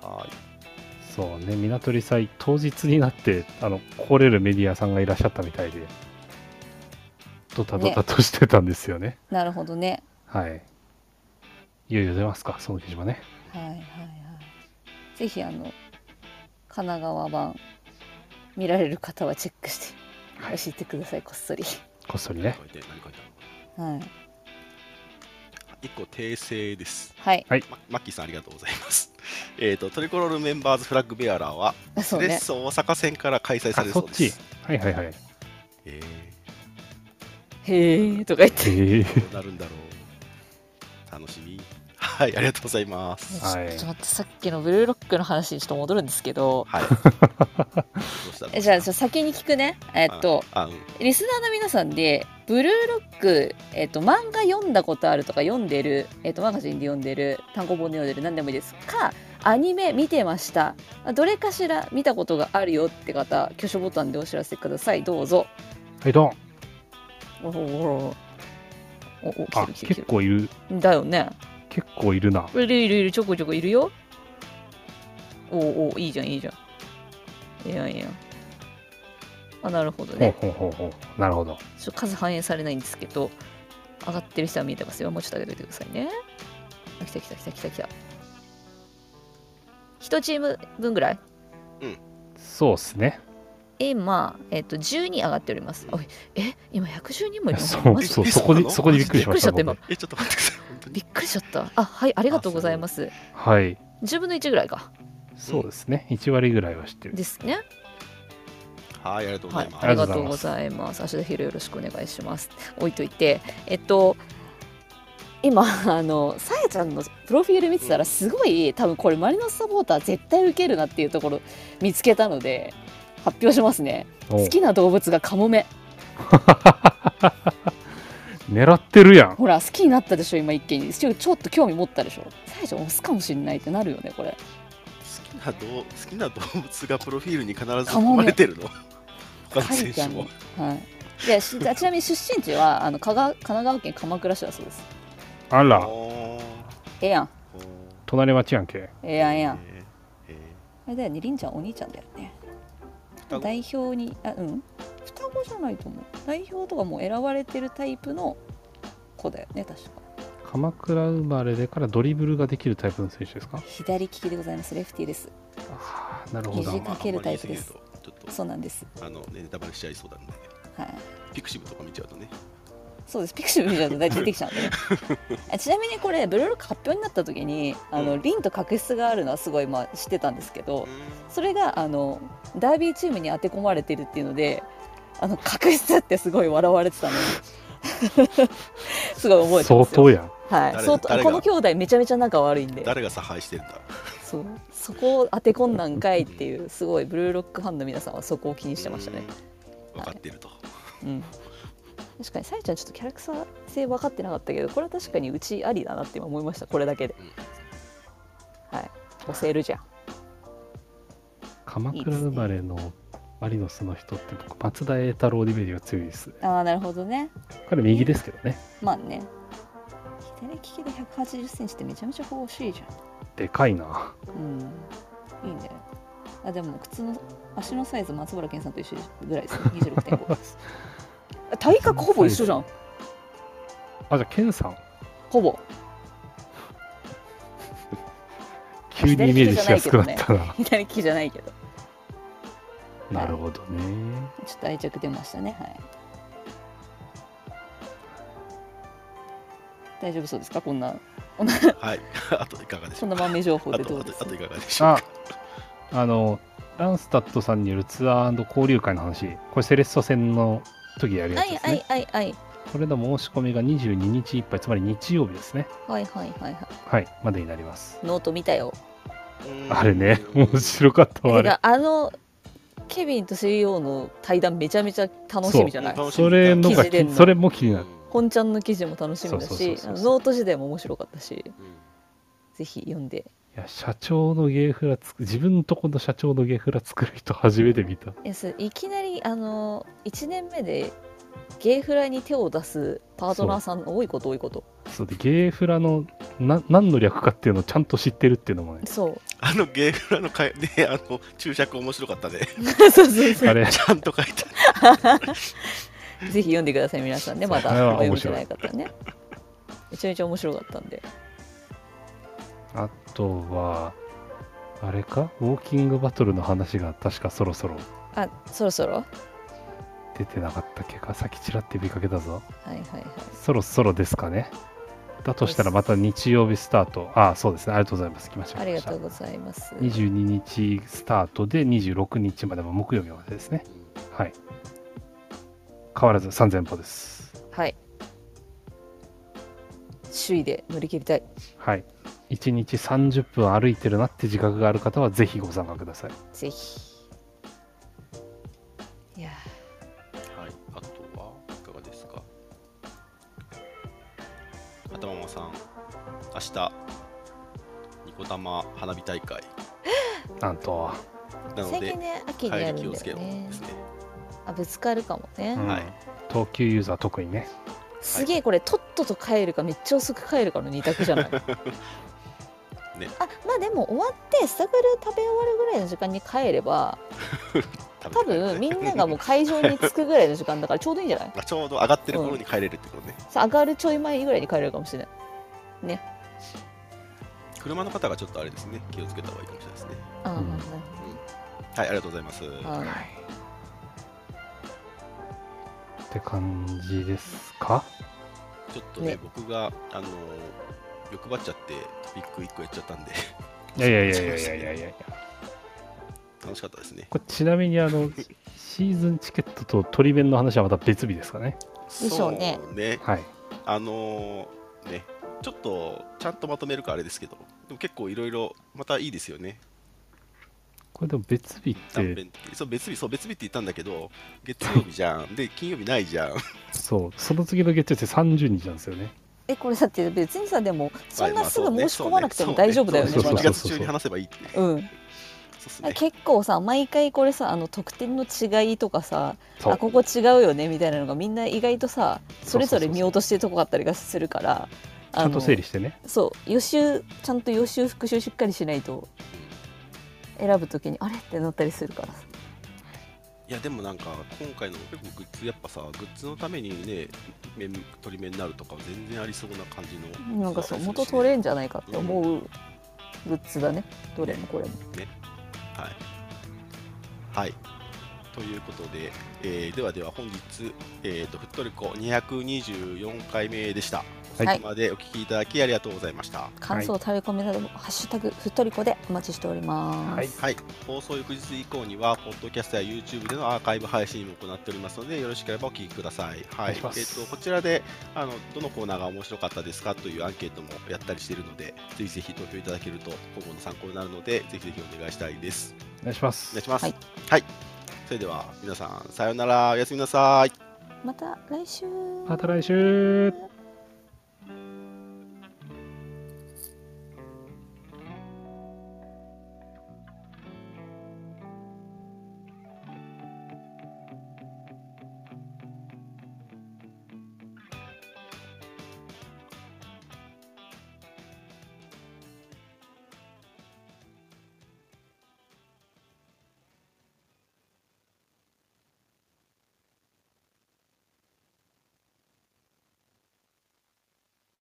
はい。
そうね、港り祭当日になって、あの、来れるメディアさんがいらっしゃったみたいで、ドタドタとしてたんですよね。
なるほどね。
はい。いよいよ出ますか、その記事はね。
はいはいはい。ぜひあの神奈川版見られる方はチェックして
は
教
い
えてくださいこっそり。
こっそり
何
ね。
書いて何書いてあるの
はい
一個訂正です。
はい。
まマッキーさんありがとうございます。 えっ、とトリコロールメンバーズフラッグベアラーは
あそう
レッ
ね。
ソ大阪戦から開催
あ、
される
そ
そう
っ
です。
ち。はいはいはい。
え
へえとか言って。
え
ー、どうなるんだろう。楽しみ。はい、ありがとうございます。
はい
ちょっと待ってさっきのブルーロックの話にちょっと戻るんですけど
はい。どうした
えじゃあちょっと先に聞くね。えっと。
あ、あうん。
リスナーの皆さんでブルーロック、えっと漫画読んだことあるとか読んでる、えっとマガジンで読んでる単行本で読んでる何でもいいですかアニメ見てましたどれかしら見たことがあるよって方挙手ボタンでお知らせくださいどうぞ
はい、どん。
おおおおお来
あ、
てる来てる
結構いる。
だよね
結構いるな。
いるいるいるちょこちょこいるよおおいいじゃんいいじゃんいやいやあなるほど
ほう
ね
ほうほうほう。なるほど。
ちょっと数反映されないんですけど、上がってる人は見えてますよ。もうちょっと上げておいてくださいね。あ来た来た来た来た来た。1チーム分ぐらい
そうっすね。
今、えっと、10人上がっております。おいえ、今110人もいます
そ
ねマ
う、
ジ
そう、そこに、そこにびっくりしました。
びっく
僕
りしちゃった今
え、ちょっと待ってください。本当に。
びっくりしちゃった。あ、はい、ありがとうございます。
はい。
10分の1ぐらいか。
そうですね。1割ぐらいは知ってる。
ですね。
はい、ありがとうござ
は
い、
い
ます。
ありがとうございます。足田ひろよろしくお願いします。置いといて、えっと、今、 あの、さやちゃんのプロフィール見てたら、すごい、多分これ、マリノスサポーター絶対受けるなっていうところ見つけたので、発表しますね。
お
好きな動物がカモメ。
狙ってるやん。
ほら、好きになったでしょ、今一気に。ちょちょっと興味持ったでしょ。さやちゃん押すかもしれないってなるよね、これ。
好きな動好きな動物がプロフィールに必ず
カモ
含
メ
まれてるの他の
書
選
いてあ
手
る
も。
はい。でしちなみに出身地はあの香川神奈川県鎌倉市だそうです。
あら、
おー
ええやん、
おー
隣町やんけ。
ええやん、ええやん。
えーえ
あれだよね、りんちゃんお兄ちゃんだよね。
双子
代表に、あ、うん。双子じゃないと思う。代表とかもう選ばれてるタイプの子だよね、確か。
鎌倉生まれでからドリブルができるタイプの選手ですか
左利きでございます、レフティーです。
あーなる
ー
ほ
肘
ど。
かけるタイプです
まああんまり言い過ぎるとち
そ
ょ
うなんです。
っとあの、ね、ネタバレしちゃいそうなんで、
はい。
ピクシブとか見ちゃうとね。
そうです、ピクシブ見ちゃうと大体出てきちゃうんでね。 あちなみにこれ、ブルーロック発表になった時に、あの、リンと確執があるのはすごい、まあ、知ってたんですけど、それが、あの、ダービーチームに当て込まれてるっていうので、あの、確執ってすごい笑われてたの に。すごい覚えてますよ
相当やん。
は
誰
い、
が
そうと
誰が
この兄弟めちゃめちゃ仲悪いんで
誰が差配してんだ
そうそこを当て込んだんかいっていうすごいブルーロックファンの皆さんはそこを気にしてましたね、
うん分かってると。
うん、確かにさやちゃんちょっとキャラクター性分かってなかったけどこれは確かにうちありだなって今思いましたこれだけではい教えるじゃん
鎌倉生まれのマリノスの人って僕、松田栄太郎のイメージが強いです。
ああなるほどね
彼右ですけどね。
まあね左利きで1 8 0ンチってめちゃめちゃ欲しいじゃん
でかいな。
うん、いいね。あ、でも靴の足のサイズ松原健さんと一緒 ぐらいですね。二十六点五。体格ほぼ一緒じゃん。
あ、じゃあ、ケンさん、
ほぼ
急にイメージしやすくなったな。
左利きじゃないけど
なるほどね。
ちょっと愛着出ましたねはい大丈夫そうですかこんな
はい。 あといかがでし
そ
ょ
ん
う
な
か。
豆情報
あ
でど
と
う
あ
で
と
す
あといかがでしょう
あ
か。、
あの、ランスタットさんによるツアー交流会の話、これセレッソ戦の時やるや
は
つ
い
です
は
ね。
いはいはい
これの申し込みが22日いっぱい、つまり日曜日ですね。
はいはいはいは
はい、までになります。
いノート見たよ
うん
あれね、面白かったわ、あ
て
れ。
かあのケビンと CEO の対談めちゃめちゃ楽しみじゃない
そう
それのが
記事出ん
き、
の
それも気になる。
本ちゃんの記事も楽しみだ
そうそうそう
し
そう
あのノート時代も面白かったし
うん
ぜひ読んで
いや、社長のゲーフラつく、自分のとこの社長のゲーフラ作る人初めて見た。
いやそういきなりあの1年目でゲイフラに手を出すパートナーさん多いこと多いこと
そうで、ゲーフラのな何の略かっていうのをちゃんと知ってるっていうのもね、
そう
あのゲーフラの会で、あの注釈面白かったね。
そうそうそう
あれ、
ちゃんと書いて
ぜひ読んでください皆さんねま
そう
だ
あれは
お読
面
みじゃ
白い
ない方はねめちゃめちゃ面白かったんで
あとは、あれかウォーキングバトルの話が確かそろそろ
あそろそろは
出てなかったっけかさっきちらって見かけたぞ。
いはいはい
そろそろですかね。だとしたらまた日曜日スタート。ああ、そうですね。ありがとうございます。来ました。
ありがとう
来
ございます
ました22日スタートで26日までも木曜日までですね。はい。変わらず3000歩です。
はい首位で乗り切りたい
はい。1日30分歩いてるなって自覚がある方はぜひご参加ください。
ぜひいや
はい、あとはいかがですか頭まさん、明日、ニコ玉花火大会
なんと。
なの
最
で
近、ね秋に
帰
や
り
る
気
ん
を
だ
つけ
よ
よう
ね
ですね。
あぶつかるかもね、
うん
はい
東急ユーザー特にね。
すげえこれとっとと帰るかめっちゃ遅く帰るかの二択じゃない
ね
あまあでも終わってスタグル食べ終わるぐらいの時間に帰れば多
食べて帰
分
る
みんながもう会場に着くぐらいの時間だからちょうどいいんじゃない
あちょうど上がってる頃に帰れるってことね。
さ上がるちょい前ぐらいに帰れるかもしれない
車の方がちょっとあれですね、気をつけた方がいいかもしれないですね。
あー、
うん
なる
はい、ありがとうございます。
ほどあー
って感じですか
ちょっとね、
ね
僕が、あのー欲張っちゃって、トピック1個やっちゃったんで、
いやいやいやいやいやいやいや。
楽しかったですね。
これちなみにあのシーズンチケットと鳥弁の話はまた別日ですかね。
でしょうね
そうね
はい。
あのーね、ちょっとちゃんとまとめるかあれですけど、でも結構いろいろ、またいいですよね。
これでも別日っ
断
て
片的そう別日、そう別日って言ったんだけど、月曜日じゃん、で、金曜日ないじゃん。
そうその次の月曜日って30日なんですよね。
えこれだって別にさでもそん
まあ
な
まあ
すぐ
そうね
申し込まなくても
そうね
大丈夫だよね
そうね
ま
1
だ
月中に話せばいいってね。
う
そ
ん
うっす
あ
ね。
結構さ毎回これさあの得点の違いとかさ
そう
あここ違うよねみたいなのがみんな意外とさそれぞれ見落としてるとこがあったりがするから
ちゃんと整理
し
してね。
そう予習ちゃんと予習復習しっかりしないと選ぶときにあれってなったりするからさ
いや、でもなんか、今回の結構グッズ、やっぱさ、グッズのためにね、面取り目になるとか、全然ありそうな感じの。
なんかそう
です
元取れんじゃないかって思うグッズだねどれもこれも
はい。はい。ということで、えーではでは本日、えーと、ふっとりこ224回目でした。
はい
はい
ここまでお聞きいただきありがとうございました。
感想タレコミなども「ハッシュタグふっとりこ」でお待ちしております、
はい
はい。放送翌日以降には、ポッドキャストや YouTube でのアーカイブ配信も行っておりますので、よろしければお聞きください。は
お願い
い。
します
えっ、と、こちらで、あの、どのコーナーが面白かったですかというアンケートもやったりしているので、ぜひぜひ投票いただけると、今後の参考になるので、ぜひぜひお願いしたいです。
お願いしま
お
す
願い。します。
は
はいい。それでは皆さんさようならおやすみなさい。
また来週
また来週。